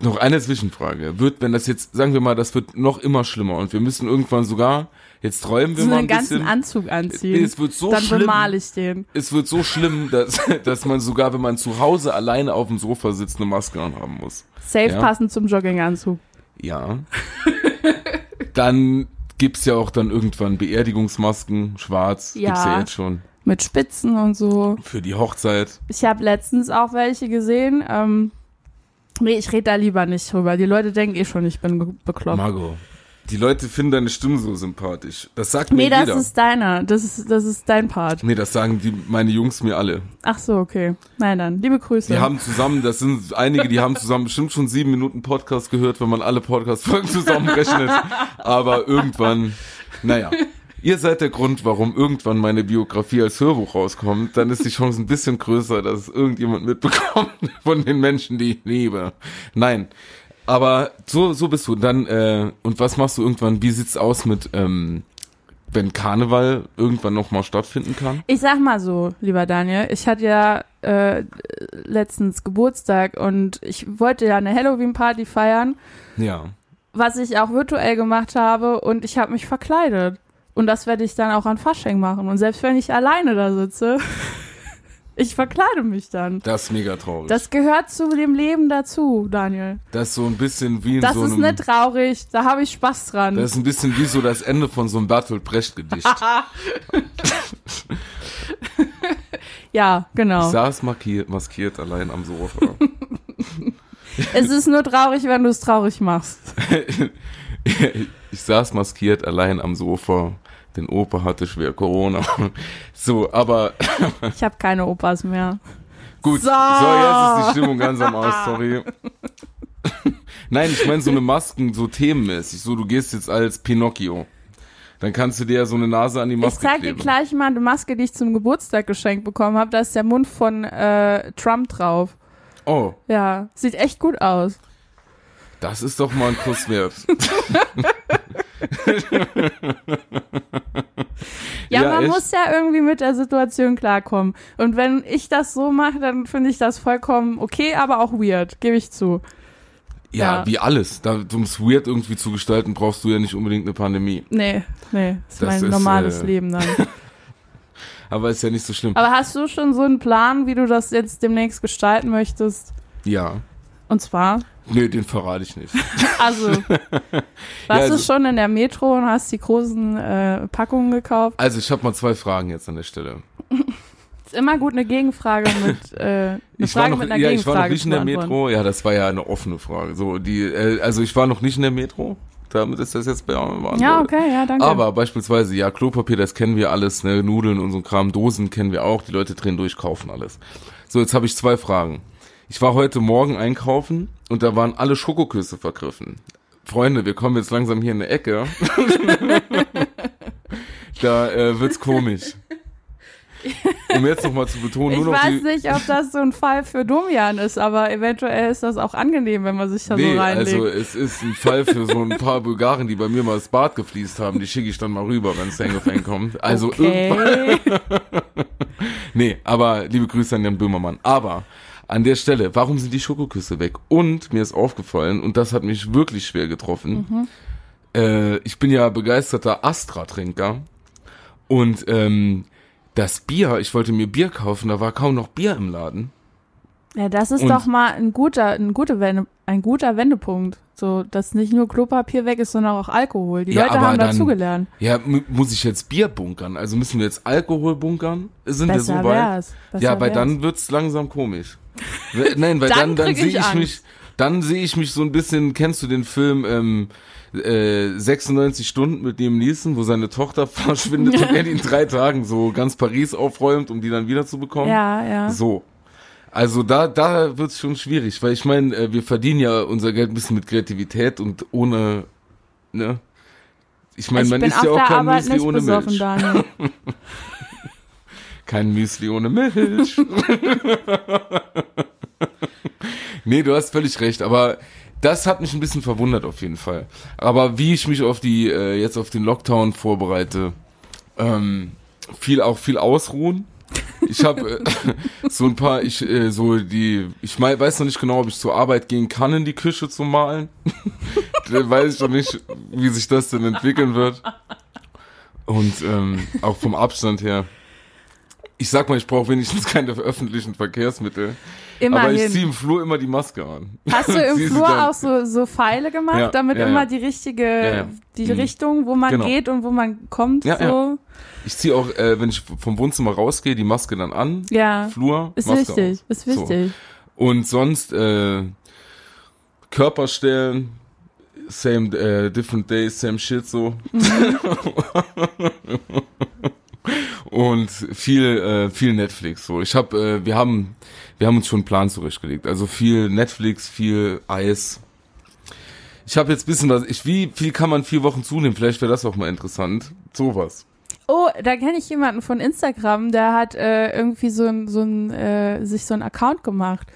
[SPEAKER 1] noch eine Zwischenfrage. Wird, wenn das jetzt, sagen wir mal, das wird noch immer schlimmer und wir müssen irgendwann sogar, jetzt träumen wir
[SPEAKER 2] so
[SPEAKER 1] mal
[SPEAKER 2] einen
[SPEAKER 1] ein
[SPEAKER 2] ganzen
[SPEAKER 1] bisschen.
[SPEAKER 2] Anzug anziehen.
[SPEAKER 1] Nee, es wird so
[SPEAKER 2] Dann
[SPEAKER 1] schlimm.
[SPEAKER 2] bemale ich den.
[SPEAKER 1] es wird so schlimm, dass, dass man sogar, wenn man zu Hause alleine auf dem Sofa sitzt, eine Maske anhaben muss.
[SPEAKER 2] Safe
[SPEAKER 1] Ja.
[SPEAKER 2] passend zum Jogginganzug.
[SPEAKER 1] Ja. dann gibt's ja auch dann irgendwann Beerdigungsmasken, schwarz,
[SPEAKER 2] Ja.
[SPEAKER 1] gibt's ja jetzt schon.
[SPEAKER 2] Mit Spitzen und so.
[SPEAKER 1] Für die Hochzeit.
[SPEAKER 2] Ich habe letztens auch welche gesehen. Ähm, nee, ich rede da lieber nicht drüber. Die Leute denken eh schon, ich bin ge- bekloppt.
[SPEAKER 1] Margot. Die Leute finden deine Stimme so sympathisch. Das sagt
[SPEAKER 2] nee,
[SPEAKER 1] mir
[SPEAKER 2] das
[SPEAKER 1] jeder.
[SPEAKER 2] ist deiner. Das ist, das ist dein Part.
[SPEAKER 1] Nee, das sagen die, meine Jungs mir alle.
[SPEAKER 2] Ach so, okay. Nein, dann. Liebe Grüße.
[SPEAKER 1] Die haben zusammen, das sind einige, die haben zusammen bestimmt schon sieben Minuten Podcast gehört, wenn man alle Podcast-Folgen zusammenrechnet. Aber irgendwann, naja. Ihr seid der Grund, warum irgendwann meine Biografie als Hörbuch rauskommt. Dann ist die Chance ein bisschen größer, dass es irgendjemand mitbekommt von den Menschen, die ich liebe. Nein. Aber so, so bist du. Dann, äh, und was machst du irgendwann? Wie sieht's aus mit, ähm, wenn Karneval irgendwann nochmal stattfinden kann?
[SPEAKER 2] Ich sag mal so, lieber Daniel, ich hatte ja äh, letztens Geburtstag und ich wollte ja eine Halloween-Party feiern,
[SPEAKER 1] Ja.
[SPEAKER 2] was ich auch virtuell gemacht habe und ich habe mich verkleidet. Und das werde ich dann auch an Fasching machen. Und selbst wenn ich alleine da sitze, ich verkleide mich dann.
[SPEAKER 1] Das ist mega traurig. Das,
[SPEAKER 2] Das gehört zu dem Leben dazu, Daniel.
[SPEAKER 1] ist so ein bisschen wie in
[SPEAKER 2] Das
[SPEAKER 1] so
[SPEAKER 2] ist
[SPEAKER 1] einem...
[SPEAKER 2] nicht traurig, da habe ich Spaß dran.
[SPEAKER 1] Das ist ein bisschen wie so das Ende von so einem Bertolt Brecht-Gedicht.
[SPEAKER 2] ja,
[SPEAKER 1] Ich
[SPEAKER 2] genau.
[SPEAKER 1] saß markiert, maskiert allein am Sofa.
[SPEAKER 2] Es ist nur traurig, wenn du es traurig machst.
[SPEAKER 1] Ich saß maskiert allein am Sofa. Den Opa hatte schwer Corona. So, aber
[SPEAKER 2] Ich habe keine Opas mehr.
[SPEAKER 1] gut.
[SPEAKER 2] So.
[SPEAKER 1] So, jetzt ist die Stimmung ganz am Arsch, sorry. Nein, ich meine so eine Masken, so themenmäßig. So, du gehst jetzt als Pinocchio. Dann kannst du dir ja so eine Nase an die Maske
[SPEAKER 2] Ich zeig dir
[SPEAKER 1] kleben.
[SPEAKER 2] gleich mal eine Maske, die ich zum Geburtstag geschenkt bekommen habe. Da ist der Mund von äh, Trump drauf.
[SPEAKER 1] Oh,
[SPEAKER 2] Ja, sieht echt gut aus.
[SPEAKER 1] das ist doch mal ein Kuss wert.
[SPEAKER 2] Ja,
[SPEAKER 1] Ja,
[SPEAKER 2] man
[SPEAKER 1] echt?
[SPEAKER 2] muss ja irgendwie mit der Situation klarkommen. Und wenn ich das so mache, dann finde ich das vollkommen okay, aber auch weird, gebe ich zu.
[SPEAKER 1] Ja,
[SPEAKER 2] Ja.
[SPEAKER 1] wie alles. Da, um es weird irgendwie zu gestalten, brauchst du ja nicht unbedingt eine Pandemie.
[SPEAKER 2] Nee, nee, ist
[SPEAKER 1] Das
[SPEAKER 2] mein
[SPEAKER 1] ist,
[SPEAKER 2] normales
[SPEAKER 1] äh,
[SPEAKER 2] Leben dann.
[SPEAKER 1] Aber ist ja nicht so schlimm.
[SPEAKER 2] Aber hast du schon so einen Plan, wie du das jetzt demnächst gestalten möchtest?
[SPEAKER 1] Ja.
[SPEAKER 2] Und zwar,
[SPEAKER 1] Nö, den verrate ich nicht.
[SPEAKER 2] also, warst
[SPEAKER 1] also-
[SPEAKER 2] du schon in der Metro und hast die großen äh, Packungen gekauft?
[SPEAKER 1] Also ich habe mal zwei Fragen jetzt an der Stelle.
[SPEAKER 2] Ist immer gut eine Gegenfrage mit, äh, eine
[SPEAKER 1] Ich
[SPEAKER 2] Frage
[SPEAKER 1] war noch,
[SPEAKER 2] mit einer
[SPEAKER 1] ja, ich war noch
[SPEAKER 2] Gegenfrage
[SPEAKER 1] nicht in der
[SPEAKER 2] zu beantworten.
[SPEAKER 1] Metro. Ja, das war ja eine offene Frage. So, die, äh, also ich war noch nicht in der Metro. Damit ist das jetzt beantwortet.
[SPEAKER 2] Ja, okay, ja, danke.
[SPEAKER 1] Aber beispielsweise, ja, Klopapier, das kennen wir alles, ne? Nudeln und so ein Kram, Dosen kennen wir auch, die Leute drehen durch, kaufen alles. So, jetzt habe ich zwei Fragen. Ich war heute Morgen einkaufen und da waren alle Schokoküsse vergriffen. Freunde, wir kommen jetzt langsam hier in eine Ecke. da äh, wird's komisch. Um jetzt nochmal zu betonen,
[SPEAKER 2] ich
[SPEAKER 1] nur noch die,
[SPEAKER 2] weiß nicht, ob das so ein Fall für Domian ist, aber eventuell ist das auch angenehm, wenn man sich da so reinlegt.
[SPEAKER 1] also es ist ein Fall für so ein paar Bulgaren, die bei mir mal das Bad gefliest haben. Die schicke ich dann mal rüber, wenn es Hang of Hang kommt. Also irgendwann-
[SPEAKER 2] okay.
[SPEAKER 1] Nee, aber liebe Grüße an Jan Böhmermann. Aber an der Stelle, warum sind die Schokoküsse weg? Und mir ist aufgefallen, und das hat mich wirklich schwer getroffen, äh, ich bin ja begeisterter Astra-Trinker. Und ähm, das Bier, ich wollte mir Bier kaufen, da war kaum noch Bier im Laden.
[SPEAKER 2] ja, das ist
[SPEAKER 1] Und-
[SPEAKER 2] doch mal ein guter, ein, gute Wende, ein guter Wendepunkt. So, dass nicht nur Klopapier weg ist, sondern auch Alkohol. Die
[SPEAKER 1] Ja,
[SPEAKER 2] Leute
[SPEAKER 1] aber
[SPEAKER 2] haben
[SPEAKER 1] dann-
[SPEAKER 2] dazugelernt.
[SPEAKER 1] Ja, mu- muss ich jetzt Bier bunkern? Also müssen wir jetzt Alkohol bunkern? Sind wir
[SPEAKER 2] Besser
[SPEAKER 1] so weit?
[SPEAKER 2] wär's. Besser
[SPEAKER 1] ja, weil
[SPEAKER 2] wär's.
[SPEAKER 1] dann wird's langsam komisch. We- Nein, weil dann,
[SPEAKER 2] Dann
[SPEAKER 1] dann
[SPEAKER 2] krieg
[SPEAKER 1] sehe
[SPEAKER 2] ich
[SPEAKER 1] ich,
[SPEAKER 2] Angst.
[SPEAKER 1] mich, dann sehe ich mich so ein bisschen, kennst du den Film ähm, äh, 96 Stunden mit dem Nielsen, wo seine Tochter verschwindet und er die in drei Tagen so ganz Paris aufräumt, um die dann wiederzubekommen?
[SPEAKER 2] Ja, ja.
[SPEAKER 1] So. Also da, da wird's schon schwierig, weil ich meine, äh, wir verdienen ja unser Geld ein bisschen mit Kreativität und ohne, ne? Ich meine,
[SPEAKER 2] ich
[SPEAKER 1] man
[SPEAKER 2] bin
[SPEAKER 1] isst
[SPEAKER 2] auf
[SPEAKER 1] ja auch
[SPEAKER 2] der
[SPEAKER 1] kein
[SPEAKER 2] Arbeit
[SPEAKER 1] Müsli
[SPEAKER 2] nicht
[SPEAKER 1] ohne
[SPEAKER 2] besoffen,
[SPEAKER 1] Milch.
[SPEAKER 2] Daniel.
[SPEAKER 1] Kein Müsli ohne Milch. nee, du hast völlig recht, aber das hat mich ein bisschen verwundert auf jeden Fall. Aber wie ich mich auf die äh, jetzt auf den Lockdown vorbereite, ähm, viel auch viel ausruhen. Ich habe äh, so ein paar, ich äh, so die, ich mein, weiß noch nicht genau, ob ich zur Arbeit gehen kann, in die Küche zu malen. Da weiß ich noch nicht, wie sich das denn entwickeln wird. Und ähm, auch vom Abstand her. Ich sag mal, ich brauche wenigstens keine öffentlichen Verkehrsmittel. Aber ich ziehe
[SPEAKER 2] Immerhin.
[SPEAKER 1] im Flur immer die Maske an.
[SPEAKER 2] Hast du im
[SPEAKER 1] zieh sie
[SPEAKER 2] Flur
[SPEAKER 1] dann.
[SPEAKER 2] auch so, so Pfeile gemacht,
[SPEAKER 1] Ja,
[SPEAKER 2] damit
[SPEAKER 1] ja, ja.
[SPEAKER 2] immer die richtige,
[SPEAKER 1] ja.
[SPEAKER 2] die
[SPEAKER 1] Mhm.
[SPEAKER 2] Richtung, wo man
[SPEAKER 1] Genau.
[SPEAKER 2] geht und wo man kommt,
[SPEAKER 1] Ja, ja.
[SPEAKER 2] so?
[SPEAKER 1] Ich ziehe auch, äh, wenn ich vom Wohnzimmer rausgehe, die Maske dann an.
[SPEAKER 2] Ja.
[SPEAKER 1] Flur,
[SPEAKER 2] Ist
[SPEAKER 1] Maske
[SPEAKER 2] wichtig,
[SPEAKER 1] auf.
[SPEAKER 2] ist wichtig.
[SPEAKER 1] So. Und sonst äh, Körperstellen, same, äh, different days, same shit so. Und viel, äh, viel Netflix so. Ich habe, äh, wir haben, wir haben uns schon einen Plan zurechtgelegt. Also viel Netflix, viel Eis. Ich habe jetzt ein bisschen was. Ich, wie viel kann man vier Wochen zunehmen? Vielleicht wäre das auch mal interessant. Sowas.
[SPEAKER 2] Oh, da kenne ich jemanden von Instagram, der hat äh, irgendwie so ein, so ein, äh, sich so ein Account gemacht.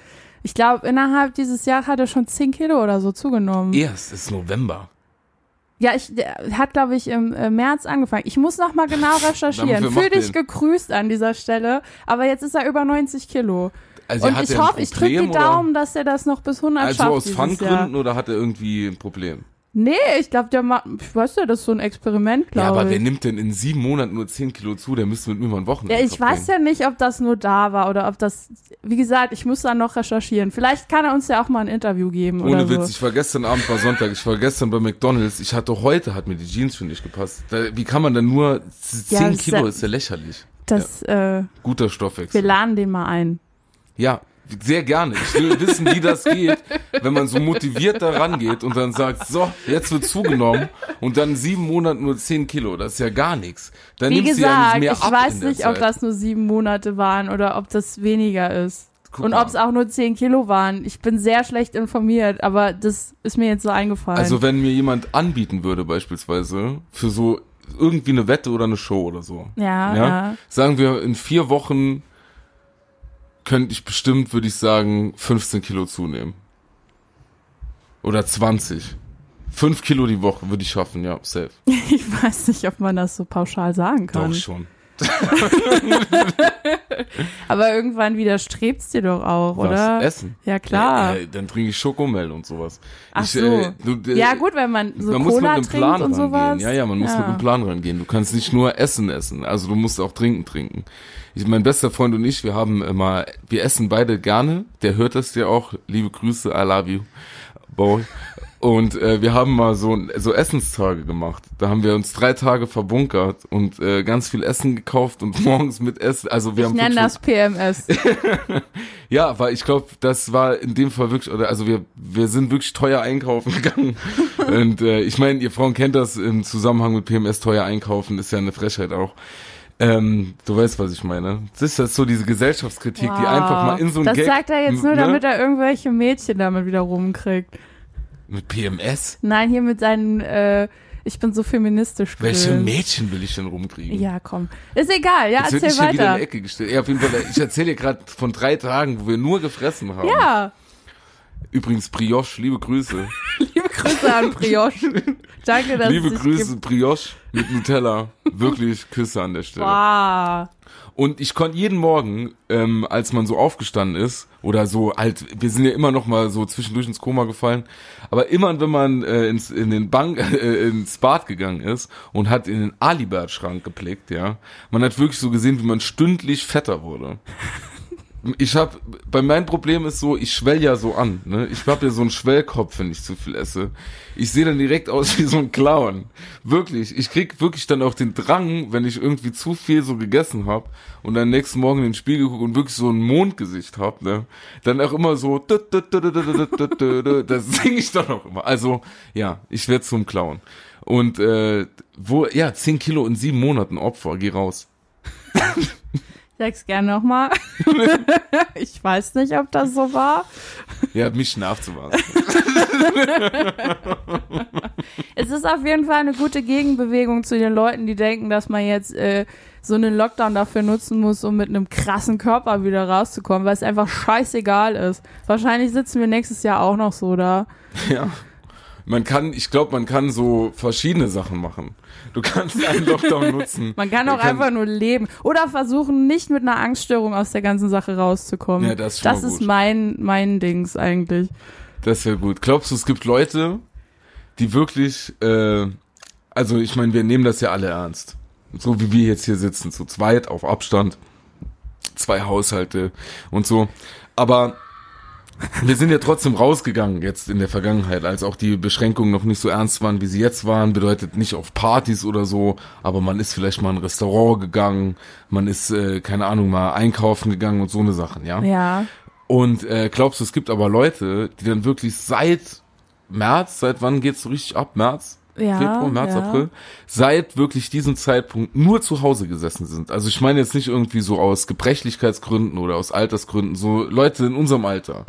[SPEAKER 2] Ich glaube, innerhalb dieses Jahres hat er schon 10 Kilo oder so zugenommen.
[SPEAKER 1] Erst ist November.
[SPEAKER 2] Ja, ich der hat, glaube ich, im äh, März angefangen. Ich muss noch mal genau recherchieren.
[SPEAKER 1] Dafür
[SPEAKER 2] Fühl
[SPEAKER 1] macht
[SPEAKER 2] dich
[SPEAKER 1] den.
[SPEAKER 2] gegrüßt an dieser Stelle. Aber jetzt ist er über 90 Kilo.
[SPEAKER 1] Also
[SPEAKER 2] Und
[SPEAKER 1] hat
[SPEAKER 2] ich
[SPEAKER 1] er ein
[SPEAKER 2] hoffe, ich drücke
[SPEAKER 1] Problem, oder?
[SPEAKER 2] die Daumen, dass er das noch bis 100
[SPEAKER 1] Also
[SPEAKER 2] schafft
[SPEAKER 1] aus
[SPEAKER 2] dieses
[SPEAKER 1] Fun-Gründen
[SPEAKER 2] Jahr.
[SPEAKER 1] oder hat er irgendwie ein Problem?
[SPEAKER 2] Nee, ich glaube, der macht, ich weiß ja, das ist so ein Experiment,
[SPEAKER 1] Ja,
[SPEAKER 2] glaube
[SPEAKER 1] aber wer
[SPEAKER 2] ich.
[SPEAKER 1] nimmt denn in sieben Monaten nur 10 Kilo zu? Der müsste mit mir mal ein Wochenende
[SPEAKER 2] Ja, ich weiß ja nicht, ob das nur da war oder ob das, wie gesagt, ich muss da noch recherchieren. Vielleicht kann er uns ja auch mal ein Interview geben
[SPEAKER 1] Ohne
[SPEAKER 2] oder
[SPEAKER 1] Witz,
[SPEAKER 2] so.
[SPEAKER 1] ich war gestern Abend, war Sonntag, ich war gestern bei McDonalds, ich hatte heute, hat mir die Jeans schon nicht gepasst. Da, wie kann man denn nur 10
[SPEAKER 2] Ja, das ist
[SPEAKER 1] Kilo,
[SPEAKER 2] ja-
[SPEAKER 1] ist ja lächerlich.
[SPEAKER 2] Das, äh,
[SPEAKER 1] Guter
[SPEAKER 2] wir
[SPEAKER 1] Stoffwechsel.
[SPEAKER 2] laden den mal ein.
[SPEAKER 1] Ja, sehr gerne. Ich will wissen, wie das geht, wenn man so motiviert da rangeht und dann sagt, so, jetzt wird zugenommen und dann in sieben Monaten nur 10 Kilo. Das ist ja gar nichts. Dann
[SPEAKER 2] Wie
[SPEAKER 1] nimmst du ja
[SPEAKER 2] gesagt,
[SPEAKER 1] nicht mehr
[SPEAKER 2] ich
[SPEAKER 1] ab
[SPEAKER 2] weiß
[SPEAKER 1] in der
[SPEAKER 2] nicht,
[SPEAKER 1] Zeit.
[SPEAKER 2] ob das nur sieben Monate waren oder ob das weniger ist.
[SPEAKER 1] Guck
[SPEAKER 2] Und
[SPEAKER 1] mal.
[SPEAKER 2] ob es auch nur zehn Kilo waren. Ich bin sehr schlecht informiert, aber das ist mir jetzt so eingefallen.
[SPEAKER 1] Also wenn mir jemand anbieten würde beispielsweise für so irgendwie eine Wette oder eine Show oder so. ja?
[SPEAKER 2] ja, ja.
[SPEAKER 1] Sagen wir, in vier Wochen könnte ich bestimmt, würde ich sagen, 15 Kilo zunehmen. Oder 20. Fünf Kilo die Woche würde ich schaffen, ja, safe.
[SPEAKER 2] Ich weiß nicht, ob man das so pauschal sagen kann.
[SPEAKER 1] Doch schon.
[SPEAKER 2] Aber irgendwann widerstrebst dir doch auch, oder?
[SPEAKER 1] Was? Essen?
[SPEAKER 2] Ja, klar.
[SPEAKER 1] Ja, äh, dann trinke ich Schokomel und sowas.
[SPEAKER 2] Ach
[SPEAKER 1] ich,
[SPEAKER 2] so.
[SPEAKER 1] äh, du, äh,
[SPEAKER 2] ja, gut, wenn man so
[SPEAKER 1] man muss mit
[SPEAKER 2] Cola
[SPEAKER 1] einem
[SPEAKER 2] trinkt
[SPEAKER 1] Plan
[SPEAKER 2] und
[SPEAKER 1] rangehen.
[SPEAKER 2] sowas.
[SPEAKER 1] Ja, ja, man muss mit einem Plan rangehen. Du kannst nicht nur Essen essen. Also du musst auch trinken trinken. Ich, mein bester Freund und ich, wir haben immer, wir essen beide gerne. Der hört das ja auch. Liebe Grüße, I love you, boy. Und äh, wir haben mal so, ein- so Essenstage gemacht. Da haben wir uns drei Tage verbunkert und äh, ganz viel Essen gekauft und morgens mit Essen. Also wir
[SPEAKER 2] Ich
[SPEAKER 1] haben
[SPEAKER 2] nenne
[SPEAKER 1] wirklich-
[SPEAKER 2] das PMS.
[SPEAKER 1] ja, weil ich glaube, das war in dem Fall wirklich, oder also wir, wir sind wirklich teuer einkaufen gegangen. Und äh, ich meine, ihr Frauen kennt das im Zusammenhang mit PMS teuer einkaufen, ist ja eine Frechheit auch. Ähm, du weißt, was ich meine. Das ist das so diese Gesellschaftskritik, die einfach mal in so ein
[SPEAKER 2] Das
[SPEAKER 1] Gag-
[SPEAKER 2] sagt er jetzt nur,
[SPEAKER 1] ne?
[SPEAKER 2] damit er irgendwelche Mädchen damit wieder rumkriegt.
[SPEAKER 1] Mit PMS?
[SPEAKER 2] Nein, hier mit seinen, äh, ich bin so feministisch.
[SPEAKER 1] Welche
[SPEAKER 2] Gedöns.
[SPEAKER 1] Mädchen will ich denn rumkriegen?
[SPEAKER 2] Ja, komm. Ist egal, ja,
[SPEAKER 1] Jetzt wird
[SPEAKER 2] erzähl
[SPEAKER 1] nicht hier wieder in die
[SPEAKER 2] weiter.
[SPEAKER 1] Ecke gestellt. Ja, auf jeden Fall, ich erzähle dir gerade von drei Tagen, wo wir nur gefressen haben.
[SPEAKER 2] Ja,
[SPEAKER 1] Übrigens, Brioche, liebe Grüße.
[SPEAKER 2] liebe Grüße an Brioche. Danke, dass
[SPEAKER 1] Liebe
[SPEAKER 2] es dich
[SPEAKER 1] Grüße,
[SPEAKER 2] gibt.
[SPEAKER 1] Brioche mit Nutella. Wirklich Küsse an der Stelle.
[SPEAKER 2] Wow.
[SPEAKER 1] Und ich konnte jeden Morgen, ähm, als man so aufgestanden ist, oder so halt, wir sind ja immer noch mal so zwischendurch ins Koma gefallen, aber immer wenn man äh, ins, in den Bank, äh, ins Bad gegangen ist und hat in den Alibert-Schrank geblickt, ja, man hat wirklich so gesehen, wie man stündlich fetter wurde. Ich habe, bei meinem Problem ist so, ich schwell ja so an. Ne? Ich habe ja so einen Schwellkopf, wenn ich zu viel esse. Ich sehe dann direkt aus wie so ein Clown. Wirklich, ich krieg wirklich dann auch den Drang, wenn ich irgendwie zu viel so gegessen habe und dann nächsten Morgen in den Spiegel gucke und wirklich so ein Mondgesicht habe, ne? dann auch immer so, dü- dü- dü- dü- dü- dü- dü- dü- dü- das singe ich dann auch immer. Also ja, ich werde zum Clown. Und äh, wo, ja, 10 Kilo in sieben Monaten Opfer, geh raus.
[SPEAKER 2] Sag's gern nochmal. ich weiß nicht, ob das so war.
[SPEAKER 1] Ja, mich nervt sowas.
[SPEAKER 2] Es ist auf jeden Fall eine gute Gegenbewegung zu den Leuten, die denken, dass man jetzt äh, so einen Lockdown dafür nutzen muss, um mit einem krassen Körper wieder rauszukommen, weil es einfach scheißegal ist. Wahrscheinlich sitzen wir nächstes Jahr auch noch so da.
[SPEAKER 1] Ja. Man kann, ich glaube, man kann so verschiedene Sachen machen. Du kannst einen Lockdown nutzen.
[SPEAKER 2] Man kann
[SPEAKER 1] Du
[SPEAKER 2] auch
[SPEAKER 1] kannst-
[SPEAKER 2] einfach nur leben oder versuchen, nicht mit einer Angststörung aus der ganzen Sache rauszukommen.
[SPEAKER 1] Ja, das ist schon
[SPEAKER 2] das
[SPEAKER 1] mal
[SPEAKER 2] ist
[SPEAKER 1] gut.
[SPEAKER 2] mein mein Dings eigentlich.
[SPEAKER 1] Das wäre gut. Glaubst du, es gibt Leute, die wirklich, äh, also ich meine, wir nehmen das ja alle ernst. So wie wir jetzt hier sitzen, zu zweit, auf Abstand, zwei Haushalte und so. Aber wir sind ja trotzdem rausgegangen jetzt in der Vergangenheit, als auch die Beschränkungen noch nicht so ernst waren, wie sie jetzt waren. Bedeutet nicht auf Partys oder so, aber man ist vielleicht mal in ein Restaurant gegangen, man ist, äh, keine Ahnung, mal einkaufen gegangen und so eine Sachen, ja?
[SPEAKER 2] Ja.
[SPEAKER 1] Und äh, glaubst du, es gibt aber Leute, die dann wirklich seit März, seit wann geht's so richtig ab? März?
[SPEAKER 2] Ja,
[SPEAKER 1] Februar, März,
[SPEAKER 2] ja.
[SPEAKER 1] April? Seit wirklich diesem Zeitpunkt nur zu Hause gesessen sind. Also ich meine jetzt nicht irgendwie so aus Gebrechlichkeitsgründen oder aus Altersgründen, so Leute in unserem Alter.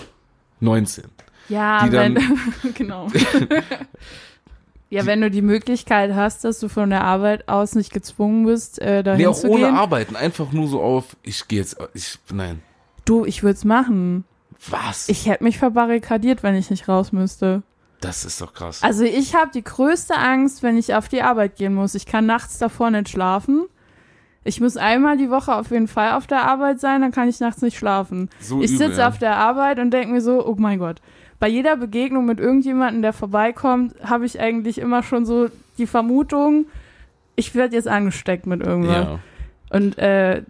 [SPEAKER 1] 19.
[SPEAKER 2] Ja,
[SPEAKER 1] Die dann-
[SPEAKER 2] wenn, genau. ja, wenn du die Möglichkeit hast, dass du von der Arbeit aus nicht gezwungen bist, äh, dahin
[SPEAKER 1] Nee, auch
[SPEAKER 2] zu
[SPEAKER 1] ohne
[SPEAKER 2] gehen.
[SPEAKER 1] Arbeiten, einfach nur so auf, ich gehe jetzt, ich, nein.
[SPEAKER 2] Du, ich würde es machen.
[SPEAKER 1] Was?
[SPEAKER 2] Ich hätte mich verbarrikadiert, wenn ich nicht raus müsste.
[SPEAKER 1] das ist doch krass.
[SPEAKER 2] Also ich habe die größte Angst, wenn ich auf die Arbeit gehen muss. Ich kann nachts davor nicht schlafen. Ich muss einmal die Woche auf jeden Fall auf der Arbeit sein, dann kann ich nachts nicht schlafen.
[SPEAKER 1] So
[SPEAKER 2] ich
[SPEAKER 1] übel,
[SPEAKER 2] sitze
[SPEAKER 1] ja.
[SPEAKER 2] auf der Arbeit und denke mir so, oh mein Gott. Bei jeder Begegnung mit irgendjemandem, der vorbeikommt, habe ich eigentlich immer schon so die Vermutung, ich werde jetzt angesteckt mit irgendwas.
[SPEAKER 1] ja.
[SPEAKER 2] Und äh,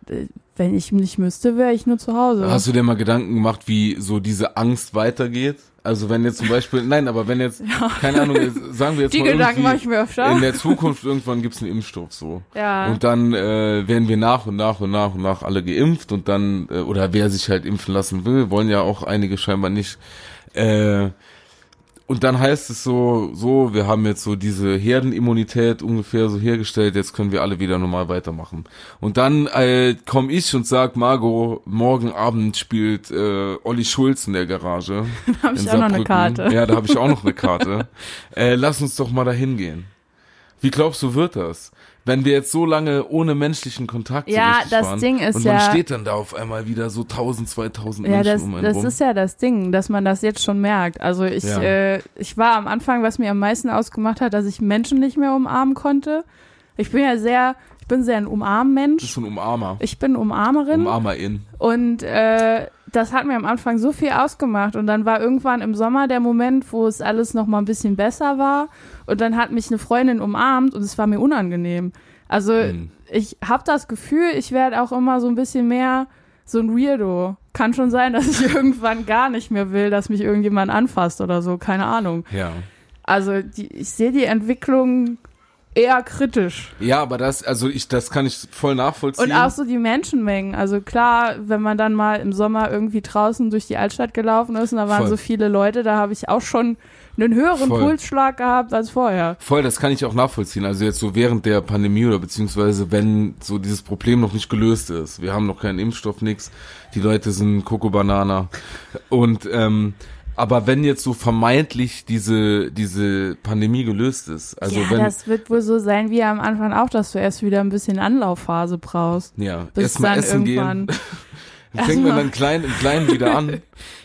[SPEAKER 2] wenn ich nicht müsste, wäre ich nur zu Hause.
[SPEAKER 1] Hast du dir mal Gedanken gemacht, wie so diese Angst weitergeht? Also wenn jetzt zum Beispiel, nein, aber wenn jetzt, keine Ahnung, jetzt- sagen wir jetzt
[SPEAKER 2] die
[SPEAKER 1] mal
[SPEAKER 2] Gedanken mache ich
[SPEAKER 1] irgendwie,
[SPEAKER 2] mir
[SPEAKER 1] in
[SPEAKER 2] öfter.
[SPEAKER 1] der Zukunft irgendwann gibt's einen Impfstoff so.
[SPEAKER 2] Ja.
[SPEAKER 1] Und dann äh, werden wir nach und nach und nach und nach alle geimpft und dann, äh, oder wer sich halt impfen lassen will, wollen ja auch einige scheinbar nicht. Äh, und dann heißt es so, so, wir haben jetzt so diese Herdenimmunität ungefähr so hergestellt, jetzt können wir alle wieder normal weitermachen. Und dann äh, komme ich und sag, Margot, morgen Abend spielt äh, Olli Schulz in der Garage.
[SPEAKER 2] Hab
[SPEAKER 1] in
[SPEAKER 2] ich auch noch eine
[SPEAKER 1] Saarbrücken.
[SPEAKER 2] Karte.
[SPEAKER 1] Ja, da habe ich auch noch eine Karte. äh, lass uns doch mal dahin gehen. Wie glaubst du, wird das? Wenn wir jetzt so lange ohne menschlichen Kontakt so
[SPEAKER 2] Ja,
[SPEAKER 1] richtig
[SPEAKER 2] das
[SPEAKER 1] waren,
[SPEAKER 2] Ding ist
[SPEAKER 1] und man
[SPEAKER 2] ja-
[SPEAKER 1] steht dann da auf einmal wieder so 1000, 2000
[SPEAKER 2] Ja,
[SPEAKER 1] Menschen
[SPEAKER 2] das,
[SPEAKER 1] um einen
[SPEAKER 2] das
[SPEAKER 1] rum.
[SPEAKER 2] ist ja das Ding, dass man das jetzt schon merkt. Also ich,
[SPEAKER 1] Ja.
[SPEAKER 2] äh, ich war am Anfang, was mir am meisten ausgemacht hat, dass ich Menschen nicht mehr umarmen konnte. Ich bin ja sehr, ich bin sehr ein
[SPEAKER 1] Das ist
[SPEAKER 2] Umarmmensch.
[SPEAKER 1] schon Umarmer.
[SPEAKER 2] Ich bin Umarmerin.
[SPEAKER 1] Umarmerin.
[SPEAKER 2] Und äh, das hat mir am Anfang so viel ausgemacht. Und dann war irgendwann im Sommer der Moment, wo es alles noch mal ein bisschen besser war. Und dann hat mich eine Freundin umarmt und es war mir unangenehm. Also
[SPEAKER 1] Hm.
[SPEAKER 2] ich habe das Gefühl, ich werde auch immer so ein bisschen mehr so ein Weirdo. Kann schon sein, dass ich irgendwann gar nicht mehr will, dass mich irgendjemand anfasst oder so. Keine Ahnung.
[SPEAKER 1] Ja.
[SPEAKER 2] Also die, ich sehe die Entwicklung eher kritisch.
[SPEAKER 1] Ja, aber das, also ich, das kann ich voll nachvollziehen.
[SPEAKER 2] Und auch so die Menschenmengen. Also klar, wenn man dann mal im Sommer irgendwie draußen durch die Altstadt gelaufen ist und da waren
[SPEAKER 1] Voll.
[SPEAKER 2] so viele Leute, da habe ich auch schon einen höheren
[SPEAKER 1] Voll.
[SPEAKER 2] Pulsschlag gehabt als vorher.
[SPEAKER 1] Voll, das kann ich auch nachvollziehen. Also jetzt so während der Pandemie oder beziehungsweise wenn so dieses Problem noch nicht gelöst ist. Wir haben noch keinen Impfstoff, nix. Die Leute sind Kokobanana. Und ähm, aber wenn jetzt so vermeintlich diese diese Pandemie gelöst ist, also
[SPEAKER 2] ja,
[SPEAKER 1] wenn
[SPEAKER 2] das wird wohl so sein wie am Anfang auch, dass du erst wieder ein bisschen Anlaufphase brauchst.
[SPEAKER 1] ja
[SPEAKER 2] Bis
[SPEAKER 1] erstmal
[SPEAKER 2] dann
[SPEAKER 1] essen
[SPEAKER 2] irgendwann.
[SPEAKER 1] gehen, dann fängt man
[SPEAKER 2] Erstmal-
[SPEAKER 1] dann klein im Kleinen wieder an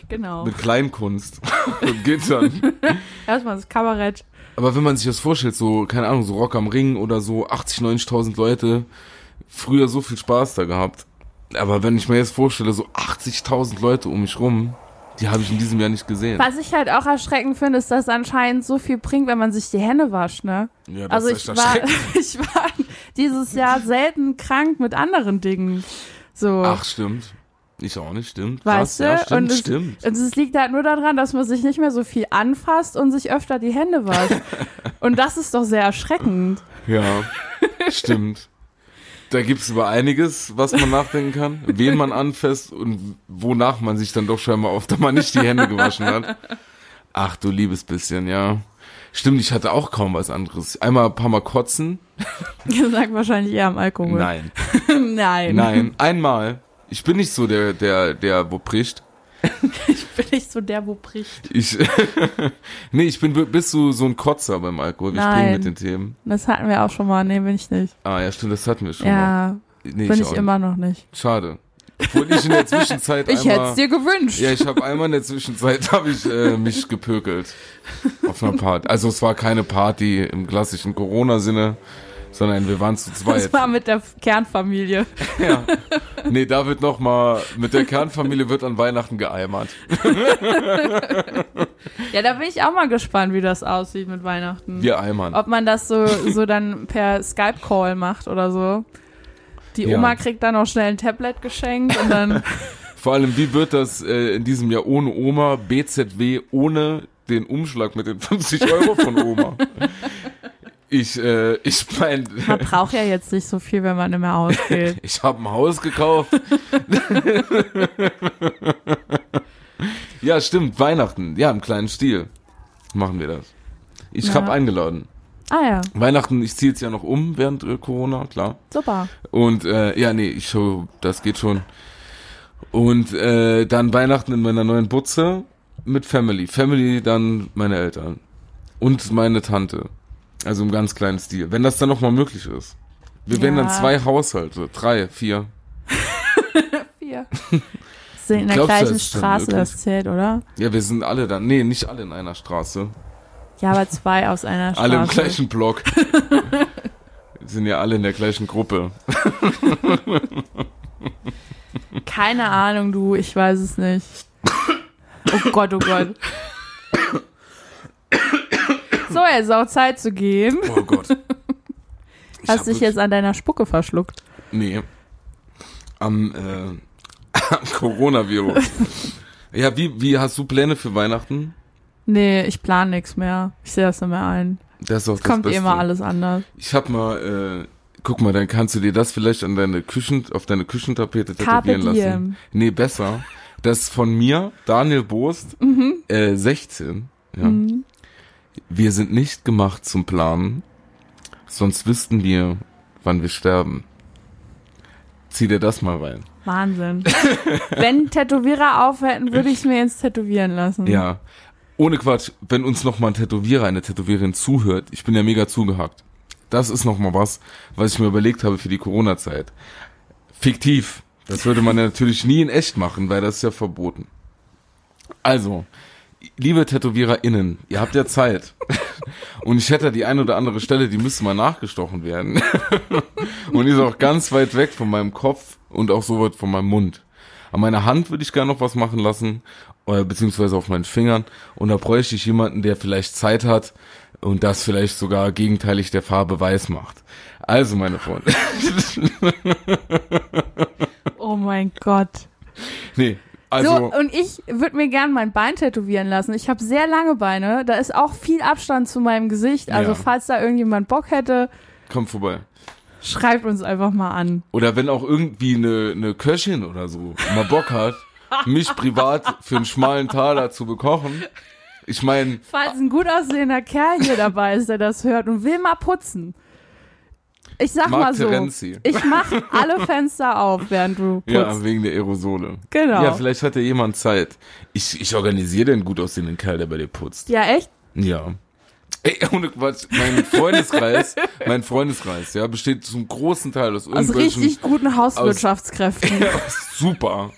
[SPEAKER 2] Genau.
[SPEAKER 1] mit Kleinkunst. Und geht dann.
[SPEAKER 2] Erstmal das Kabarett.
[SPEAKER 1] Aber wenn man sich das vorstellt, so, keine Ahnung, so Rock am Ring oder so 80, 90.000 Leute, früher so viel Spaß da gehabt. Aber wenn ich mir jetzt vorstelle, so 80.000 Leute um mich rum, die habe ich in diesem Jahr nicht gesehen.
[SPEAKER 2] Was ich halt auch erschreckend finde, ist, dass anscheinend so viel bringt, wenn man sich die Hände wascht, ne?
[SPEAKER 1] Ja, das
[SPEAKER 2] Also
[SPEAKER 1] ist
[SPEAKER 2] ich
[SPEAKER 1] echt
[SPEAKER 2] war,
[SPEAKER 1] erschreckend.
[SPEAKER 2] ich war dieses Jahr selten krank mit anderen Dingen. So.
[SPEAKER 1] Ach, stimmt. Ich auch nicht, stimmt. Krass,
[SPEAKER 2] Weißt
[SPEAKER 1] ja,
[SPEAKER 2] du?
[SPEAKER 1] stimmt,
[SPEAKER 2] und, es,
[SPEAKER 1] stimmt.
[SPEAKER 2] und es liegt halt nur daran, dass man sich nicht mehr so viel anfasst und sich öfter die Hände wascht. und das ist doch sehr erschreckend.
[SPEAKER 1] Ja, stimmt. Da gibt's über einiges, was man nachdenken kann, wen man anfasst und wonach man sich dann doch scheinbar oft einmal nicht die Hände gewaschen hat. Ach du liebes bisschen, ja. Stimmt, ich hatte auch kaum was anderes. Einmal ein paar Mal kotzen.
[SPEAKER 2] Ihr sagt wahrscheinlich eher am Alkohol.
[SPEAKER 1] Nein,
[SPEAKER 2] Nein.
[SPEAKER 1] nein, einmal. Ich bin nicht so der, der, der wo bricht.
[SPEAKER 2] Bin ich so der, wo bricht.
[SPEAKER 1] Ich, nee, ich bin, bist du so ein Kotzer beim Alkohol? Wir springen
[SPEAKER 2] Nein.
[SPEAKER 1] mit den Themen.
[SPEAKER 2] Das hatten wir auch schon mal. Nee, bin ich nicht.
[SPEAKER 1] Ah, ja, stimmt, das hatten wir schon mal.
[SPEAKER 2] ja,
[SPEAKER 1] Nee,
[SPEAKER 2] bin
[SPEAKER 1] auch
[SPEAKER 2] ich
[SPEAKER 1] nicht.
[SPEAKER 2] immer noch nicht.
[SPEAKER 1] Schade. Obwohl ich in der Zwischenzeit
[SPEAKER 2] Ich hätte
[SPEAKER 1] einmal,
[SPEAKER 2] es dir gewünscht.
[SPEAKER 1] Ja, ich habe einmal in der Zwischenzeit habe ich äh, mich gepökelt auf einer Party. Also es war keine Party im klassischen Corona-Sinne, sondern wir waren zu zweit.
[SPEAKER 2] das war mit der Kernfamilie.
[SPEAKER 1] Ja. Nee, da wird noch mal mit der Kernfamilie wird an Weihnachten geeimert.
[SPEAKER 2] Ja, da bin ich auch mal gespannt, wie das aussieht mit Weihnachten.
[SPEAKER 1] Wir eimern.
[SPEAKER 2] Ob man das so, so dann per Skype-Call macht oder so. Die
[SPEAKER 1] Ja.
[SPEAKER 2] Oma kriegt dann auch schnell ein Tablet geschenkt und dann
[SPEAKER 1] Vor allem, wie wird das äh, in diesem Jahr ohne Oma, BZW, ohne den Umschlag mit den 50 Euro von Oma? Ich, äh, ich mein,
[SPEAKER 2] Man braucht ja jetzt nicht so viel, wenn man immer ausgeht.
[SPEAKER 1] Ich habe ein Haus gekauft. ja, stimmt, Weihnachten. Ja, im kleinen Stil machen wir das. Ich
[SPEAKER 2] Ja.
[SPEAKER 1] hab habe eingeladen.
[SPEAKER 2] Ah ja,
[SPEAKER 1] Weihnachten, ich ziehe jetzt ja noch um während äh, Corona, klar.
[SPEAKER 2] super.
[SPEAKER 1] Und äh, ja, nee, ich show, das geht schon. Und äh, dann Weihnachten in meiner neuen Butze mit Family. Family, dann meine Eltern und meine Tante. Also im ganz kleinen Stil. Wenn das dann nochmal möglich ist. Wir werden dann
[SPEAKER 2] Ja.
[SPEAKER 1] zwei Haushalte, drei, vier.
[SPEAKER 2] Vier. Sind in der
[SPEAKER 1] Glaubst du,
[SPEAKER 2] gleichen
[SPEAKER 1] das ist dann
[SPEAKER 2] Straße,
[SPEAKER 1] möglich?
[SPEAKER 2] das zählt, oder?
[SPEAKER 1] Ja, wir sind alle dann. Nee, nicht alle in einer Straße.
[SPEAKER 2] Ja, aber zwei aus einer Straße.
[SPEAKER 1] Alle im gleichen Block. Wir sind ja alle in der gleichen Gruppe.
[SPEAKER 2] Keine Ahnung, du, ich weiß es nicht. Oh Gott, oh Gott. So, es ist auch Zeit zu gehen.
[SPEAKER 1] Oh Gott. Ich hab
[SPEAKER 2] Hast dich
[SPEAKER 1] wirklich-
[SPEAKER 2] jetzt an deiner Spucke verschluckt.
[SPEAKER 1] Nee. Am, äh, am Coronavirus. ja, wie, wie hast du Pläne für Weihnachten?
[SPEAKER 2] Nee, ich plan nichts mehr. Ich sehe das nicht mehr ein.
[SPEAKER 1] Das ist auch das
[SPEAKER 2] Kommt
[SPEAKER 1] Beste.
[SPEAKER 2] immer alles anders.
[SPEAKER 1] Ich hab mal, äh, guck mal, dann kannst du dir das vielleicht an deine Küchen, auf deine Küchentapete
[SPEAKER 2] Carpe
[SPEAKER 1] tätowieren lassen.
[SPEAKER 2] diem.
[SPEAKER 1] Nee, besser. Das ist von mir, Daniel Bost, äh, 16. Ja.
[SPEAKER 2] Mhm.
[SPEAKER 1] Wir sind nicht gemacht zum Planen, sonst wüssten wir, wann wir sterben. Zieh dir das mal rein.
[SPEAKER 2] Wahnsinn. Wenn Tätowierer aufhätten, würde ich es mir jetzt tätowieren lassen.
[SPEAKER 1] Ja. Ohne Quatsch, wenn uns nochmal ein Tätowierer, eine Tätowierin zuhört, ich bin ja mega zugehackt. Das ist nochmal was, was ich mir überlegt habe für die Corona-Zeit. Fiktiv. Das würde man ja natürlich nie in echt machen, weil das ist ja verboten. Also, liebe TätowiererInnen, ihr habt ja Zeit. Und ich hätte die eine oder andere Stelle, die müsste mal nachgestochen werden. Und die ist auch ganz weit weg von meinem Kopf und auch so weit von meinem Mund. An meiner Hand würde ich gerne noch was machen lassen, äh, beziehungsweise auf meinen Fingern. Und da bräuchte ich jemanden, der vielleicht Zeit hat und das vielleicht sogar gegenteilig der Farbe weiß macht. Also, meine Freunde.
[SPEAKER 2] Oh mein Gott.
[SPEAKER 1] nee, also.
[SPEAKER 2] so, äh und ich würde mir gern mein Bein tätowieren lassen. Ich habe sehr lange Beine. Da ist auch viel Abstand zu meinem Gesicht. Also
[SPEAKER 1] Ja.
[SPEAKER 2] falls da irgendjemand Bock hätte,
[SPEAKER 1] Kommt vorbei.
[SPEAKER 2] schreibt uns einfach mal an.
[SPEAKER 1] Oder wenn auch irgendwie eine, eine Köchin oder so mal Bock hat, mich privat für einen schmalen Taler zu bekochen. Ich meine,
[SPEAKER 2] Falls ein gut aussehender Kerl hier dabei ist, der das hört und will mal putzen. Ich sag
[SPEAKER 1] Mark
[SPEAKER 2] mal so,
[SPEAKER 1] Terenzi.
[SPEAKER 2] ich mach alle Fenster auf, während du putzt.
[SPEAKER 1] ja, wegen der Aerosole.
[SPEAKER 2] Genau.
[SPEAKER 1] Ja, vielleicht hat ja jemand Zeit. Ich, ich organisiere den gut aussehenden Kerl, der bei dir putzt.
[SPEAKER 2] ja echt?
[SPEAKER 1] Ja. Ey, ohne Quatsch, mein Freundeskreis, mein Freundeskreis, ja, besteht zum großen Teil aus
[SPEAKER 2] Aus
[SPEAKER 1] irgendwelchen
[SPEAKER 2] Also richtig guten Hauswirtschaftskräften.
[SPEAKER 1] super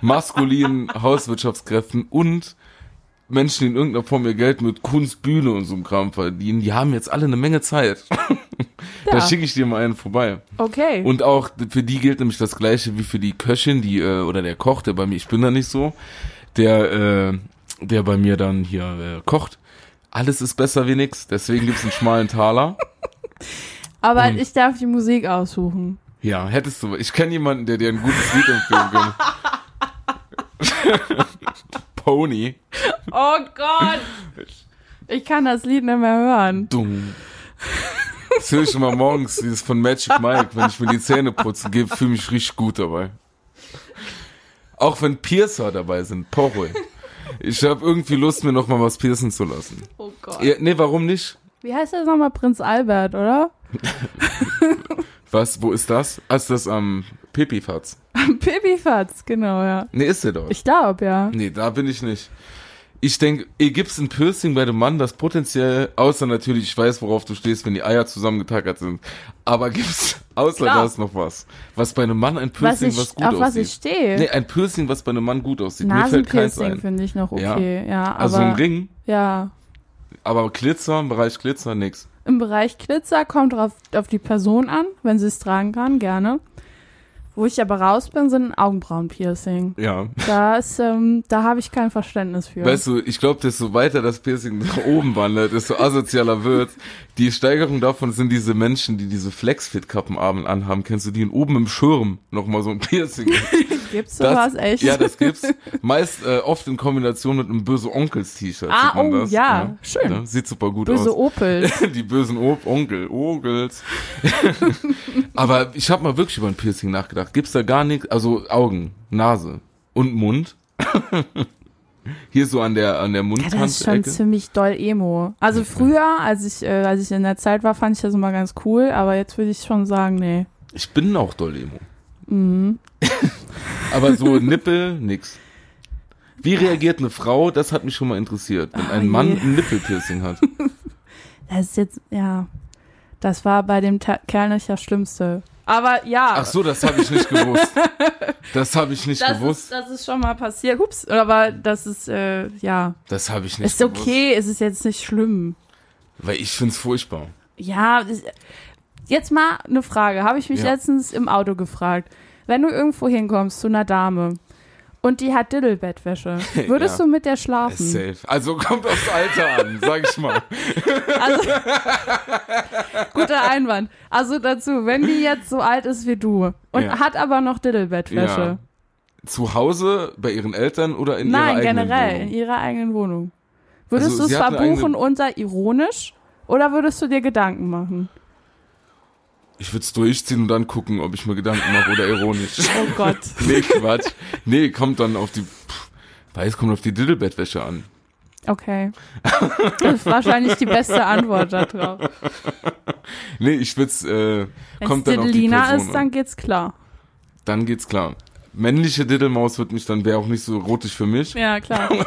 [SPEAKER 1] maskulinen Hauswirtschaftskräften und Menschen, die in irgendeiner Form ihr Geld mit Kunst, Bühne und so einem Kram verdienen, die haben jetzt alle eine Menge Zeit. Da
[SPEAKER 2] Ja.
[SPEAKER 1] schicke ich dir mal einen vorbei.
[SPEAKER 2] Okay.
[SPEAKER 1] Und auch für die gilt nämlich das Gleiche wie für die Köchin, die äh, oder der Koch, der bei mir, ich bin da nicht so, der äh, der bei mir dann hier äh, kocht. Alles ist besser wie nix, deswegen gibt's einen schmalen Taler.
[SPEAKER 2] Aber ich darf die Musik aussuchen.
[SPEAKER 1] Ja, hättest du. Ich kenne jemanden, der dir ein gutes Lied empfehlen kann. Pony.
[SPEAKER 2] Oh Gott! Ich kann das Lied nicht mehr hören.
[SPEAKER 1] Dumm. Das höre ich immer morgens, dieses von Magic Mike, wenn ich mir die Zähne putzen gebe, fühle mich richtig gut dabei. Auch wenn Piercer dabei sind, Poroi. Ich habe irgendwie Lust, mir nochmal was piercen zu lassen.
[SPEAKER 2] Oh Gott.
[SPEAKER 1] Ja, nee, warum nicht?
[SPEAKER 2] Wie heißt das nochmal? Prinz Albert, oder?
[SPEAKER 1] Was, wo ist das? Ah, ist das am Pipifatz?
[SPEAKER 2] Pipifatz, genau, ja.
[SPEAKER 1] Nee, ist der doch.
[SPEAKER 2] Ich glaube, ja.
[SPEAKER 1] Nee, da bin ich nicht. Ich denke, ihr gibt's ein Piercing bei dem Mann, das potenziell, außer natürlich, ich weiß, worauf du stehst, wenn die Eier zusammengetackert sind, aber gibt's außer
[SPEAKER 2] Klar.
[SPEAKER 1] das noch was, was bei einem Mann ein
[SPEAKER 2] Was
[SPEAKER 1] Piercing,
[SPEAKER 2] ich,
[SPEAKER 1] was, gut
[SPEAKER 2] auf
[SPEAKER 1] aussieht?
[SPEAKER 2] was ich stehe.
[SPEAKER 1] nee, ein Piercing, was bei einem Mann gut aussieht. Mir fällt keins
[SPEAKER 2] Nasenpiercing
[SPEAKER 1] ein.
[SPEAKER 2] finde ich noch
[SPEAKER 1] Ja.
[SPEAKER 2] okay, ja. aber,
[SPEAKER 1] Also ein Ring,
[SPEAKER 2] Ja.
[SPEAKER 1] aber Glitzer, im Bereich Glitzer, nix.
[SPEAKER 2] Im Bereich Glitzer kommt drauf, auf die Person an, wenn sie es tragen kann, gerne. Wo ich aber raus bin, sind ein Augenbrauenpiercing.
[SPEAKER 1] Ja.
[SPEAKER 2] Das, ähm, da habe ich kein Verständnis für.
[SPEAKER 1] Weißt du, ich glaube, desto weiter das Piercing nach oben wandert, desto asozialer wird. Die Steigerung davon sind diese Menschen, die diese Flexfit-Kappenarmen anhaben. Kennst du die? Und oben im Schirm nochmal so ein Piercing.
[SPEAKER 2] Gibt's sowas echt?
[SPEAKER 1] Ja, das gibt's. Meist äh, oft in Kombination mit einem böse Onkels-T-Shirt.
[SPEAKER 2] Ah,
[SPEAKER 1] sieht man
[SPEAKER 2] oh,
[SPEAKER 1] das.
[SPEAKER 2] ja, schön.
[SPEAKER 1] ne? Sieht super gut
[SPEAKER 2] Böse
[SPEAKER 1] aus.
[SPEAKER 2] Opel.
[SPEAKER 1] Die bösen Ob Onkel, Ogels. Aber ich habe mal wirklich über ein Piercing nachgedacht. Gibt's da gar nichts? Also Augen, Nase und Mund. Hier so an der an der
[SPEAKER 2] Ja, das ist schon
[SPEAKER 1] Mundkante.
[SPEAKER 2] ziemlich doll Emo. Also früher, als ich, äh, als ich in der Zeit war, fand ich das immer ganz cool, aber jetzt würde ich schon sagen, nee.
[SPEAKER 1] ich bin auch doll Emo.
[SPEAKER 2] Mhm.
[SPEAKER 1] Aber so Nippel, nix. Wie reagiert eine Frau? Das hat mich schon mal interessiert, wenn ein
[SPEAKER 2] Oh je.
[SPEAKER 1] Mann ein Nippelpiercing hat.
[SPEAKER 2] Das ist jetzt, ja. Das war bei dem Ta Kerl nicht das Schlimmste. Aber ja,
[SPEAKER 1] Ach so, das habe ich nicht gewusst. Das habe ich nicht
[SPEAKER 2] das,
[SPEAKER 1] gewusst.
[SPEAKER 2] ist, das ist schon mal passiert. Hups, aber das ist, äh, ja.
[SPEAKER 1] das habe ich nicht
[SPEAKER 2] Ist okay, es ist jetzt nicht schlimm.
[SPEAKER 1] gewusst. Weil ich find's furchtbar.
[SPEAKER 2] Ja, das- jetzt mal eine Frage. Habe ich mich
[SPEAKER 1] Ja.
[SPEAKER 2] letztens im Auto gefragt. Wenn du irgendwo hinkommst zu einer Dame und die hat Diddle-Bettwäsche, würdest
[SPEAKER 1] Ja.
[SPEAKER 2] du mit der schlafen?
[SPEAKER 1] Safe. Also kommt aufs Alter an, sag ich mal.
[SPEAKER 2] Also, guter Einwand. Also dazu, wenn die jetzt so alt ist wie du und
[SPEAKER 1] Ja.
[SPEAKER 2] hat aber noch Diddlebettwäsche.
[SPEAKER 1] Ja. Zu Hause, bei ihren Eltern oder in
[SPEAKER 2] Nein,
[SPEAKER 1] ihrer eigenen
[SPEAKER 2] generell in
[SPEAKER 1] Wohnung?
[SPEAKER 2] ihrer eigenen Wohnung. Würdest
[SPEAKER 1] Also,
[SPEAKER 2] du
[SPEAKER 1] sie
[SPEAKER 2] es
[SPEAKER 1] hat eine
[SPEAKER 2] verbuchen
[SPEAKER 1] eigene-
[SPEAKER 2] unter ironisch oder würdest du dir Gedanken machen?
[SPEAKER 1] Ich würd's durchziehen und dann gucken, ob ich mir Gedanken mache oder ironisch.
[SPEAKER 2] Oh Gott.
[SPEAKER 1] nee, Quatsch. Nee, kommt dann auf die... Pff, weiß, kommt auf die Diddlebettwäsche an.
[SPEAKER 2] Okay. Das ist wahrscheinlich die beste Antwort darauf.
[SPEAKER 1] Nee, ich würd's... Äh,
[SPEAKER 2] Wenn es
[SPEAKER 1] kommt dann auf die
[SPEAKER 2] Diddlina
[SPEAKER 1] Person
[SPEAKER 2] ist, dann
[SPEAKER 1] an.
[SPEAKER 2] geht's klar.
[SPEAKER 1] Dann geht's klar. Männliche Diddelmaus wird mich dann, wäre auch nicht so erotisch für mich.
[SPEAKER 2] Ja, klar.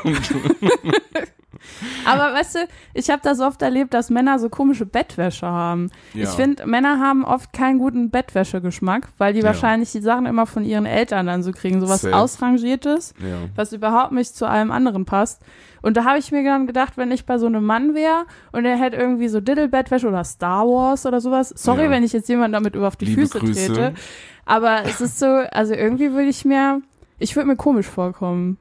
[SPEAKER 2] Aber weißt du, ich habe das oft erlebt, dass Männer so komische Bettwäsche haben.
[SPEAKER 1] Ja.
[SPEAKER 2] Ich finde, Männer haben oft keinen guten Bettwäschegeschmack, weil die
[SPEAKER 1] Ja.
[SPEAKER 2] wahrscheinlich die Sachen immer von ihren Eltern dann so kriegen, sowas
[SPEAKER 1] Safe.
[SPEAKER 2] ausrangiertes,
[SPEAKER 1] Ja.
[SPEAKER 2] was überhaupt nicht zu allem anderen passt. Und da habe ich mir dann gedacht, wenn ich bei so einem Mann wäre und er hätte irgendwie so Diddle-Bettwäsche oder Star Wars oder sowas. Sorry,
[SPEAKER 1] Ja.
[SPEAKER 2] wenn ich jetzt jemand damit über auf die
[SPEAKER 1] Liebe
[SPEAKER 2] Füße
[SPEAKER 1] Grüße.
[SPEAKER 2] trete. Aber es ist so, also irgendwie würde ich mir, ich würde mir komisch vorkommen.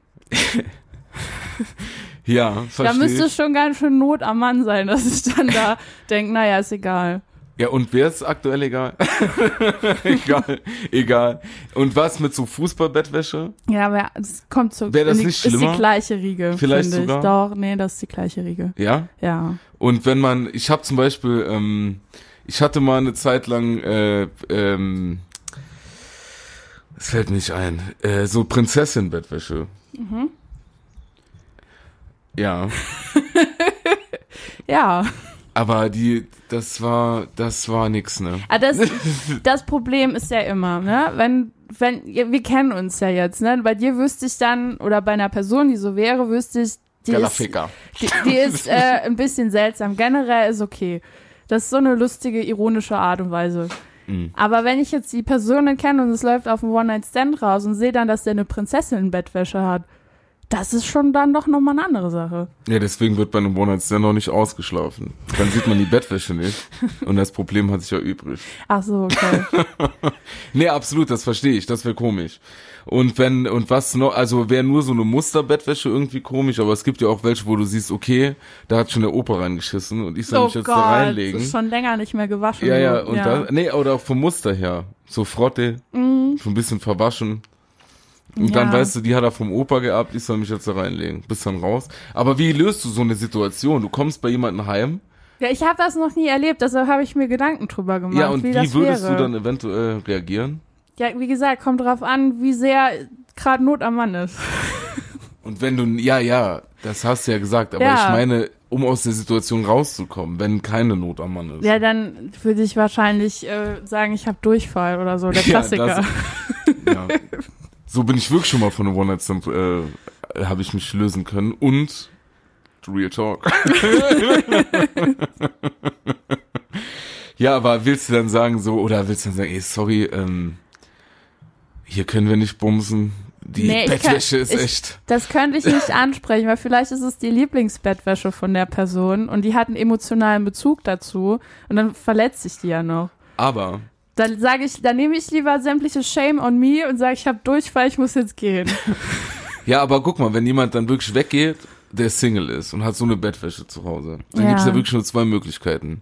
[SPEAKER 1] Ja,
[SPEAKER 2] Da
[SPEAKER 1] verstehe
[SPEAKER 2] müsste
[SPEAKER 1] ich.
[SPEAKER 2] schon ganz schön Not am Mann sein, dass ich dann da denke, naja, ist egal.
[SPEAKER 1] Ja, und wer ist aktuell egal? egal, egal. Und was mit so Fußballbettwäsche?
[SPEAKER 2] Ja, aber es kommt zu.
[SPEAKER 1] Wär das
[SPEAKER 2] in die-
[SPEAKER 1] nicht
[SPEAKER 2] Ist
[SPEAKER 1] schlimmer?
[SPEAKER 2] die gleiche Riege.
[SPEAKER 1] Vielleicht
[SPEAKER 2] finde ich.
[SPEAKER 1] sogar?
[SPEAKER 2] Doch, nee, das ist die gleiche Riege.
[SPEAKER 1] Ja?
[SPEAKER 2] Ja.
[SPEAKER 1] Und wenn man, ich habe zum Beispiel, ähm, ich hatte mal eine Zeit lang, äh, ähm, es fällt mir nicht ein, äh, so Prinzessin-Bettwäsche.
[SPEAKER 2] Mhm.
[SPEAKER 1] Ja,
[SPEAKER 2] Ja.
[SPEAKER 1] aber die, das war, das war nix, ne?
[SPEAKER 2] Aber Ah, das, das Problem ist ja immer, ne? Wenn, wenn, wir kennen uns ja jetzt, ne? Bei dir wüsste ich dann, oder bei einer Person, die so wäre, wüsste ich, die ist,
[SPEAKER 1] Galaficker.
[SPEAKER 2] die, die ist äh, ein bisschen seltsam. Generell ist okay. Das ist so eine lustige, ironische Art und Weise.
[SPEAKER 1] Mhm.
[SPEAKER 2] Aber wenn ich jetzt die Person dann kenne und es läuft auf einen One-Night-Stand raus und sehe dann, dass der eine Prinzessin in Bettwäsche hat, das ist schon dann doch nochmal eine andere Sache.
[SPEAKER 1] Ja, deswegen wird bei einem One-Night-Stand noch nicht ausgeschlafen. Dann sieht man die Bettwäsche nicht. Und das Problem hat sich ja übrig.
[SPEAKER 2] Ach so, okay.
[SPEAKER 1] Nee, absolut, das verstehe ich, das wäre komisch. Und wenn, und was noch, also wäre nur so eine Musterbettwäsche irgendwie komisch, aber es gibt ja auch welche, wo du siehst, okay, da hat schon der Opa reingeschissen und ich soll mich jetzt da reinlegen.
[SPEAKER 2] Oh ist schon länger nicht mehr gewaschen.
[SPEAKER 1] Ja, ja,
[SPEAKER 2] worden.
[SPEAKER 1] und da, nee, oder auch vom Muster her. So Frotte, schon ein bisschen verwaschen. Und dann
[SPEAKER 2] Mhm. Ja.
[SPEAKER 1] weißt du, die hat er vom Opa geerbt, ich soll mich jetzt da reinlegen. Bist dann raus. Aber wie löst du so eine Situation? Du kommst bei jemandem heim,
[SPEAKER 2] ja, ich habe das noch nie erlebt, deshalb habe ich mir Gedanken drüber gemacht,
[SPEAKER 1] ja, und wie,
[SPEAKER 2] das
[SPEAKER 1] würdest
[SPEAKER 2] wäre.
[SPEAKER 1] du dann eventuell reagieren?
[SPEAKER 2] ja, wie gesagt, kommt drauf an, wie sehr gerade Not am Mann ist.
[SPEAKER 1] Und wenn du, ja, ja, das hast du ja gesagt, aber
[SPEAKER 2] Ja.
[SPEAKER 1] ich meine, um aus der Situation rauszukommen, wenn keine Not am Mann ist.
[SPEAKER 2] Ja, dann würde ich wahrscheinlich äh, sagen, ich habe Durchfall oder so, der
[SPEAKER 1] Ja,
[SPEAKER 2] Klassiker.
[SPEAKER 1] das- Ja. So bin ich wirklich schon mal von einem One-Night-Stand, äh, habe ich mich lösen können und Real Talk. ja, aber willst du dann sagen so, oder willst du dann sagen, ey, sorry, ähm, hier können wir nicht bumsen, die
[SPEAKER 2] Nee, ich kann-
[SPEAKER 1] Bettwäsche ist
[SPEAKER 2] ich-
[SPEAKER 1] echt.
[SPEAKER 2] Das könnte ich nicht ansprechen, weil vielleicht ist es die Lieblingsbettwäsche von der Person und die hat einen emotionalen Bezug dazu und dann verletzt ich die ja noch.
[SPEAKER 1] Aber
[SPEAKER 2] Dann sage ich, dann nehme ich lieber sämtliche Shame on me und sage, ich habe Durchfall, ich muss jetzt gehen.
[SPEAKER 1] Ja, aber guck mal, wenn jemand dann wirklich weggeht, der Single ist und hat so eine Bettwäsche zu Hause, dann
[SPEAKER 2] Ja.
[SPEAKER 1] gibt's ja wirklich nur zwei Möglichkeiten.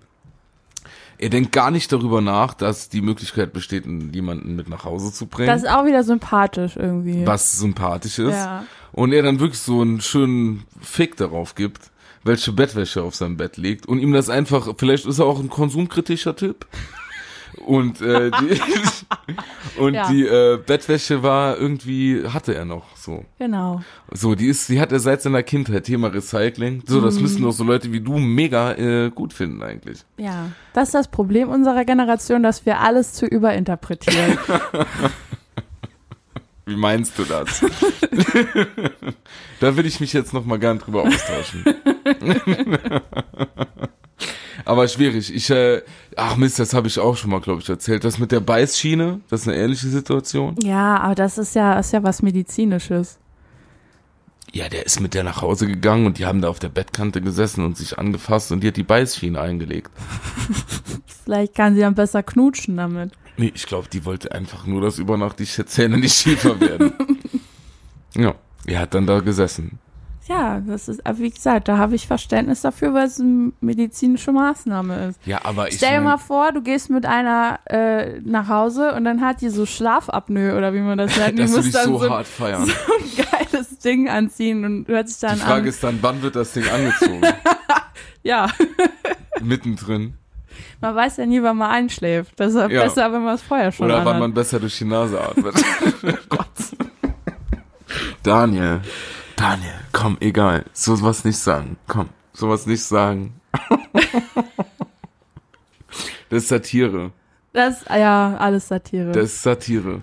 [SPEAKER 1] Er denkt gar nicht darüber nach, dass die Möglichkeit besteht, jemanden mit nach Hause zu bringen,
[SPEAKER 2] Das ist auch wieder sympathisch irgendwie.
[SPEAKER 1] was sympathisch ist.
[SPEAKER 2] Ja.
[SPEAKER 1] Und er dann wirklich so einen schönen Fick darauf gibt, welche Bettwäsche auf seinem Bett liegt und ihm das einfach, vielleicht ist er auch ein konsumkritischer Typ. Und, äh, die, und
[SPEAKER 2] Ja.
[SPEAKER 1] die äh, Bettwäsche war irgendwie, hatte er noch so.
[SPEAKER 2] Genau.
[SPEAKER 1] So, die ist, die hat er seit seiner Kindheit, Thema Recycling. So, das müssen doch so Leute wie du mega äh, gut finden eigentlich.
[SPEAKER 2] Ja. Das ist das Problem unserer Generation, dass wir alles zu überinterpretieren.
[SPEAKER 1] Wie meinst du das? da würde ich mich jetzt noch mal gern drüber austauschen. Aber schwierig. Ich, äh, ach Mist, das habe ich auch schon mal, glaube ich, erzählt. Das mit der Beißschiene, das ist eine ehrliche Situation.
[SPEAKER 2] ja, aber das ist ja, ist ja was Medizinisches.
[SPEAKER 1] Ja, der ist mit der nach Hause gegangen und die haben da auf der Bettkante gesessen und sich angefasst und die hat die Beißschiene eingelegt.
[SPEAKER 2] Vielleicht kann sie dann besser knutschen damit.
[SPEAKER 1] Nee, ich glaube, die wollte einfach nur, dass über Nacht die Zähne nicht schiefer werden. ja, er hat dann da gesessen.
[SPEAKER 2] Ja, das ist, aber wie gesagt, da habe ich Verständnis dafür, weil es eine medizinische Maßnahme ist.
[SPEAKER 1] Ja, aber ich
[SPEAKER 2] Stell dir
[SPEAKER 1] mein-
[SPEAKER 2] mal vor, du gehst mit einer äh, nach Hause und dann hat die so Schlafapnoe oder wie man das nennt. Die
[SPEAKER 1] das
[SPEAKER 2] muss
[SPEAKER 1] würde ich
[SPEAKER 2] dann
[SPEAKER 1] so,
[SPEAKER 2] so,
[SPEAKER 1] hart feiern.
[SPEAKER 2] ein geiles Ding anziehen und hört sich dann
[SPEAKER 1] die Frage
[SPEAKER 2] an.
[SPEAKER 1] ist dann, wann wird das Ding angezogen?
[SPEAKER 2] ja,
[SPEAKER 1] Mittendrin.
[SPEAKER 2] man weiß ja nie, wann man einschläft. Das ist ja
[SPEAKER 1] Ja.
[SPEAKER 2] besser, wenn man es vorher schon
[SPEAKER 1] Oder wann
[SPEAKER 2] anhat.
[SPEAKER 1] man besser durch die Nase atmet.
[SPEAKER 2] Oh
[SPEAKER 1] Gott. Daniel. Daniel, komm, egal. So was nicht sagen. Komm, sowas nicht sagen. das ist Satire.
[SPEAKER 2] Das, ja, alles Satire.
[SPEAKER 1] Das ist Satire.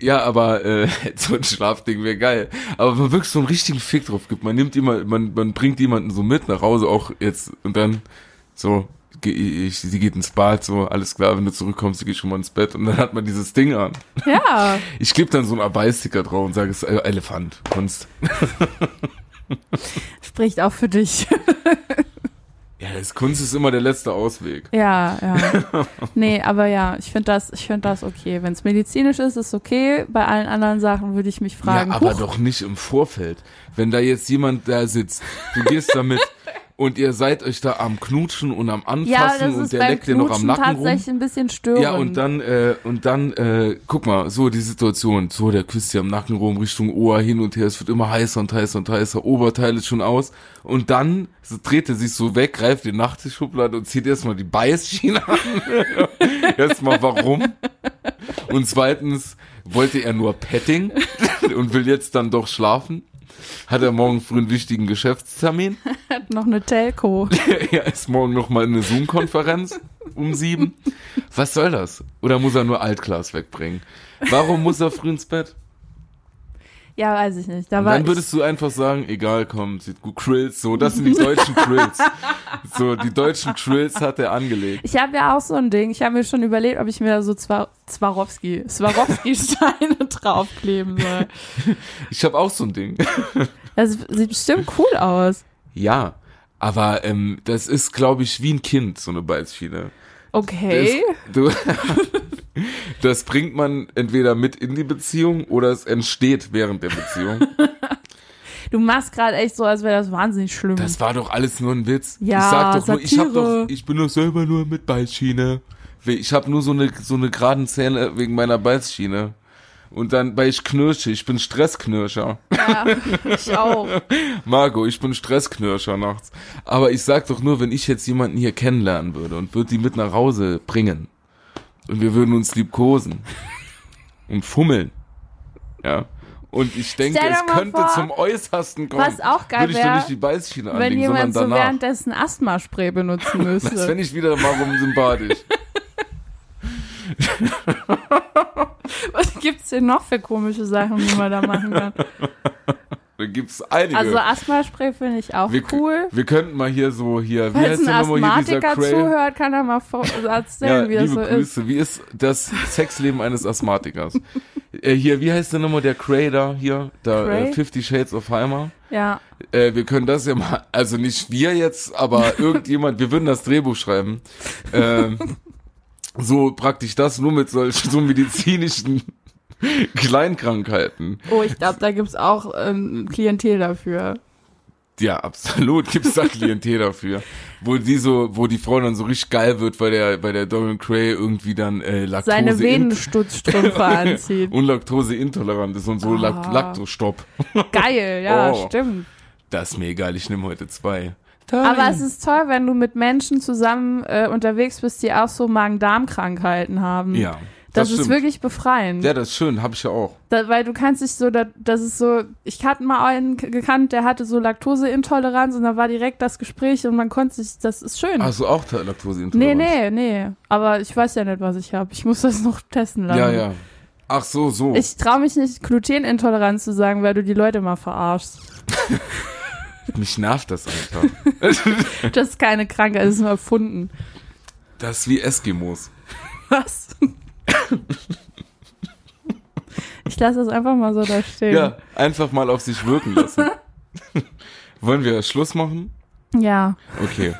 [SPEAKER 1] Ja, aber äh, so ein Schlafding wäre geil. Aber man wirklich so einen richtigen Fick drauf gibt. Man nimmt immer, man, man bringt jemanden so mit nach Hause auch jetzt und dann so, geh ich, sie geht ins Bad, so, alles klar, wenn du zurückkommst, sie geht schon mal ins Bett und dann hat man dieses Ding an.
[SPEAKER 2] Ja.
[SPEAKER 1] Ich klebe dann so einen Abeisticker drauf und sage, es ist Elefant, Kunst.
[SPEAKER 2] Spricht auch für dich.
[SPEAKER 1] Ja, das Kunst ist immer der letzte Ausweg.
[SPEAKER 2] Ja, ja. Nee, aber ja, ich finde das, ich finde das okay. Wenn es medizinisch ist, ist okay. Bei allen anderen Sachen würde ich mich fragen.
[SPEAKER 1] ja, aber
[SPEAKER 2] huch,
[SPEAKER 1] doch nicht im Vorfeld. Wenn da jetzt jemand da sitzt, du gehst da mit und ihr seid euch da am Knutschen und am Anfassen
[SPEAKER 2] ja, das
[SPEAKER 1] und
[SPEAKER 2] ist
[SPEAKER 1] der
[SPEAKER 2] beim
[SPEAKER 1] leckt dir noch am
[SPEAKER 2] Knutschen
[SPEAKER 1] Nacken rum.
[SPEAKER 2] tatsächlich ein bisschen störend.
[SPEAKER 1] Ja, und dann, äh, und dann, äh, guck mal, so die Situation, so der küsst dir am Nacken rum, Richtung Ohr hin und her, es wird immer heißer und heißer und heißer, Oberteil ist schon aus. Und dann so, dreht er sich so weg, greift die Nachttischschublade und zieht erstmal die Beißschiene an. erstmal warum? Und zweitens, wollte er nur Petting und will jetzt dann doch schlafen? Hat er morgen früh einen wichtigen Geschäftstermin?
[SPEAKER 2] Hat noch eine Telco.
[SPEAKER 1] Er ist morgen nochmal in eine Zoom-Konferenz um sieben. Was soll das? Oder muss er nur Altglas wegbringen? Warum muss er früh ins Bett?
[SPEAKER 2] Ja, weiß ich nicht. Da
[SPEAKER 1] Und
[SPEAKER 2] war
[SPEAKER 1] dann würdest du einfach sagen, egal, komm, sieht gut, Krills, so, das sind die deutschen Krills. So, die deutschen Krills hat er angelegt.
[SPEAKER 2] ich ich habe ja auch so ein Ding. Ich habe mir schon überlegt, ob ich mir da so Zwa- Swarovski, Swarovski-Steine draufkleben soll.
[SPEAKER 1] Ich habe auch so ein Ding.
[SPEAKER 2] Das sieht bestimmt cool aus.
[SPEAKER 1] Ja, aber ähm, das ist, glaube ich, wie ein Kind, so eine Beißschiene.
[SPEAKER 2] Okay.
[SPEAKER 1] Das, du, das bringt man entweder mit in die Beziehung oder es entsteht während der Beziehung.
[SPEAKER 2] Du machst gerade echt so, als wäre das wahnsinnig schlimm.
[SPEAKER 1] Das war doch alles nur ein Witz.
[SPEAKER 2] Mhm. Ja,
[SPEAKER 1] ich sag doch nur, ich hab
[SPEAKER 2] Satire.
[SPEAKER 1] doch, ich bin doch selber nur mit Beißschiene. Ich habe nur so eine so eine geraden Zähne wegen meiner Beißschiene. Und dann, weil ich knirsche, ich bin Stressknirscher.
[SPEAKER 2] ja, ich auch.
[SPEAKER 1] Marco, ich bin Stressknirscher nachts. Aber ich sag doch nur, wenn ich jetzt jemanden hier kennenlernen würde und würde die mit nach Hause bringen und wir würden uns liebkosen und fummeln, ja. Und ich denke,
[SPEAKER 2] Stell dir
[SPEAKER 1] es
[SPEAKER 2] mal
[SPEAKER 1] könnte
[SPEAKER 2] vor,
[SPEAKER 1] zum Äußersten kommen.
[SPEAKER 2] was auch geil
[SPEAKER 1] Würde ich doch
[SPEAKER 2] wär,
[SPEAKER 1] nicht die Beißschiene
[SPEAKER 2] Wenn
[SPEAKER 1] anlegen, sondern
[SPEAKER 2] jemand so
[SPEAKER 1] danach.
[SPEAKER 2] währenddessen Asthma-Spray benutzen
[SPEAKER 1] Das
[SPEAKER 2] müsste.
[SPEAKER 1] fände ich wieder mal rum sympathisch.
[SPEAKER 2] Was gibt's denn noch für komische Sachen, die man da machen kann?
[SPEAKER 1] Da gibt's einige.
[SPEAKER 2] Also Asthma-Spray finde ich auch
[SPEAKER 1] wir,
[SPEAKER 2] cool.
[SPEAKER 1] Wir könnten mal hier so hier, wie heißt
[SPEAKER 2] Falls ein
[SPEAKER 1] denn nochmal hier dieser
[SPEAKER 2] Asthmatiker
[SPEAKER 1] Cray?
[SPEAKER 2] zuhört, kann er mal vor-
[SPEAKER 1] Ja,
[SPEAKER 2] erzählen, wie
[SPEAKER 1] liebe
[SPEAKER 2] das so ist.
[SPEAKER 1] Grüße. Wie ist das Sexleben eines Asthmatikers? äh, hier, wie heißt denn nochmal der Cray da hier? Da,
[SPEAKER 2] Cray?
[SPEAKER 1] äh, Fifty Shades of Heimer.
[SPEAKER 2] Ja,
[SPEAKER 1] Äh, wir können das ja mal, also nicht wir jetzt, aber irgendjemand, wir würden das Drehbuch schreiben. Ähm, so praktisch das nur mit solchen, so medizinischen Kleinkrankheiten.
[SPEAKER 2] oh, ich glaube, da gibt's auch ähm, Klientel dafür.
[SPEAKER 1] Ja, absolut gibt's da Klientel dafür. Wo die so, wo die Frau dann so richtig geil wird, weil der, weil der Dorian Cray irgendwie dann äh, Laktose
[SPEAKER 2] Seine
[SPEAKER 1] in-
[SPEAKER 2] Venenstutzstrümpfe anzieht.
[SPEAKER 1] und Laktoseintolerant ist und so Lakt
[SPEAKER 2] Ah.
[SPEAKER 1] Laktostopp.
[SPEAKER 2] Geil, ja,
[SPEAKER 1] Oh.
[SPEAKER 2] stimmt.
[SPEAKER 1] Das ist mir egal, ich nehme heute zwei.
[SPEAKER 2] Aber es ist toll, wenn du mit Menschen zusammen äh, unterwegs bist, die auch so Magen-Darm-Krankheiten haben.
[SPEAKER 1] ja,
[SPEAKER 2] Hm. Das, ist
[SPEAKER 1] stimmt.
[SPEAKER 2] wirklich befreiend.
[SPEAKER 1] Ja, das ist schön, hab ich ja auch.
[SPEAKER 2] Da, weil du kannst dich so, da, das ist so, ich hatte mal einen k- gekannt, der hatte so Laktoseintoleranz und da war direkt das Gespräch und man konnte sich, das ist schön.
[SPEAKER 1] Hast du auch Ta- Laktoseintoleranz?
[SPEAKER 2] Hm. nee, nee, nee. Aber ich weiß ja nicht, was ich habe. Ich muss das noch testen lassen.
[SPEAKER 1] Ja, ja. Ach so, so.
[SPEAKER 2] Ich traue mich nicht, Glutenintoleranz zu sagen, weil du die Leute mal verarschst.
[SPEAKER 1] Mich nervt das einfach.
[SPEAKER 2] Das ist keine Krankheit, das ist nur erfunden.
[SPEAKER 1] Das ist wie Eskimos.
[SPEAKER 2] Was? Ich lasse das einfach mal so da stehen.
[SPEAKER 1] Ja, einfach mal auf sich wirken lassen. Wollen wir Schluss machen?
[SPEAKER 2] ja.
[SPEAKER 1] Okay.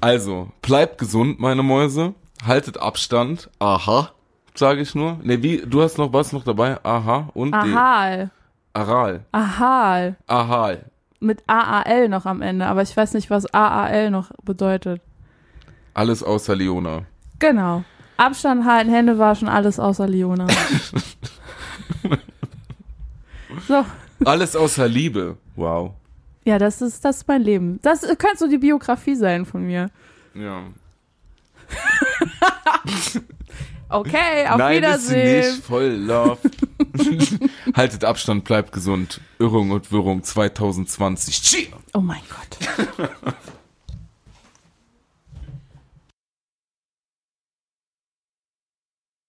[SPEAKER 1] Also, bleibt gesund, meine Mäuse. Haltet Abstand. Aha. Sage ich nur. Ne, wie, du hast noch was noch dabei? Aha. Und die
[SPEAKER 2] Ahal.
[SPEAKER 1] Aral.
[SPEAKER 2] Ahal.
[SPEAKER 1] Ahal.
[SPEAKER 2] Mit AAL noch am Ende, aber ich weiß nicht, was AAL noch bedeutet.
[SPEAKER 1] Alles außer Leona.
[SPEAKER 2] Genau. Abstand halten, Hände waschen, alles außer Leona. so.
[SPEAKER 1] Alles außer Liebe. Wow.
[SPEAKER 2] Ja, das ist, das ist mein Leben. Das äh, könnte so die Biografie sein von mir.
[SPEAKER 1] Ja.
[SPEAKER 2] Okay, auf
[SPEAKER 1] Nein, ist sie
[SPEAKER 2] Wiedersehen.
[SPEAKER 1] nicht. Voll Love. Haltet Abstand, bleibt gesund. Irrung und Wirrung 2020. Cheer!
[SPEAKER 2] Oh mein Gott.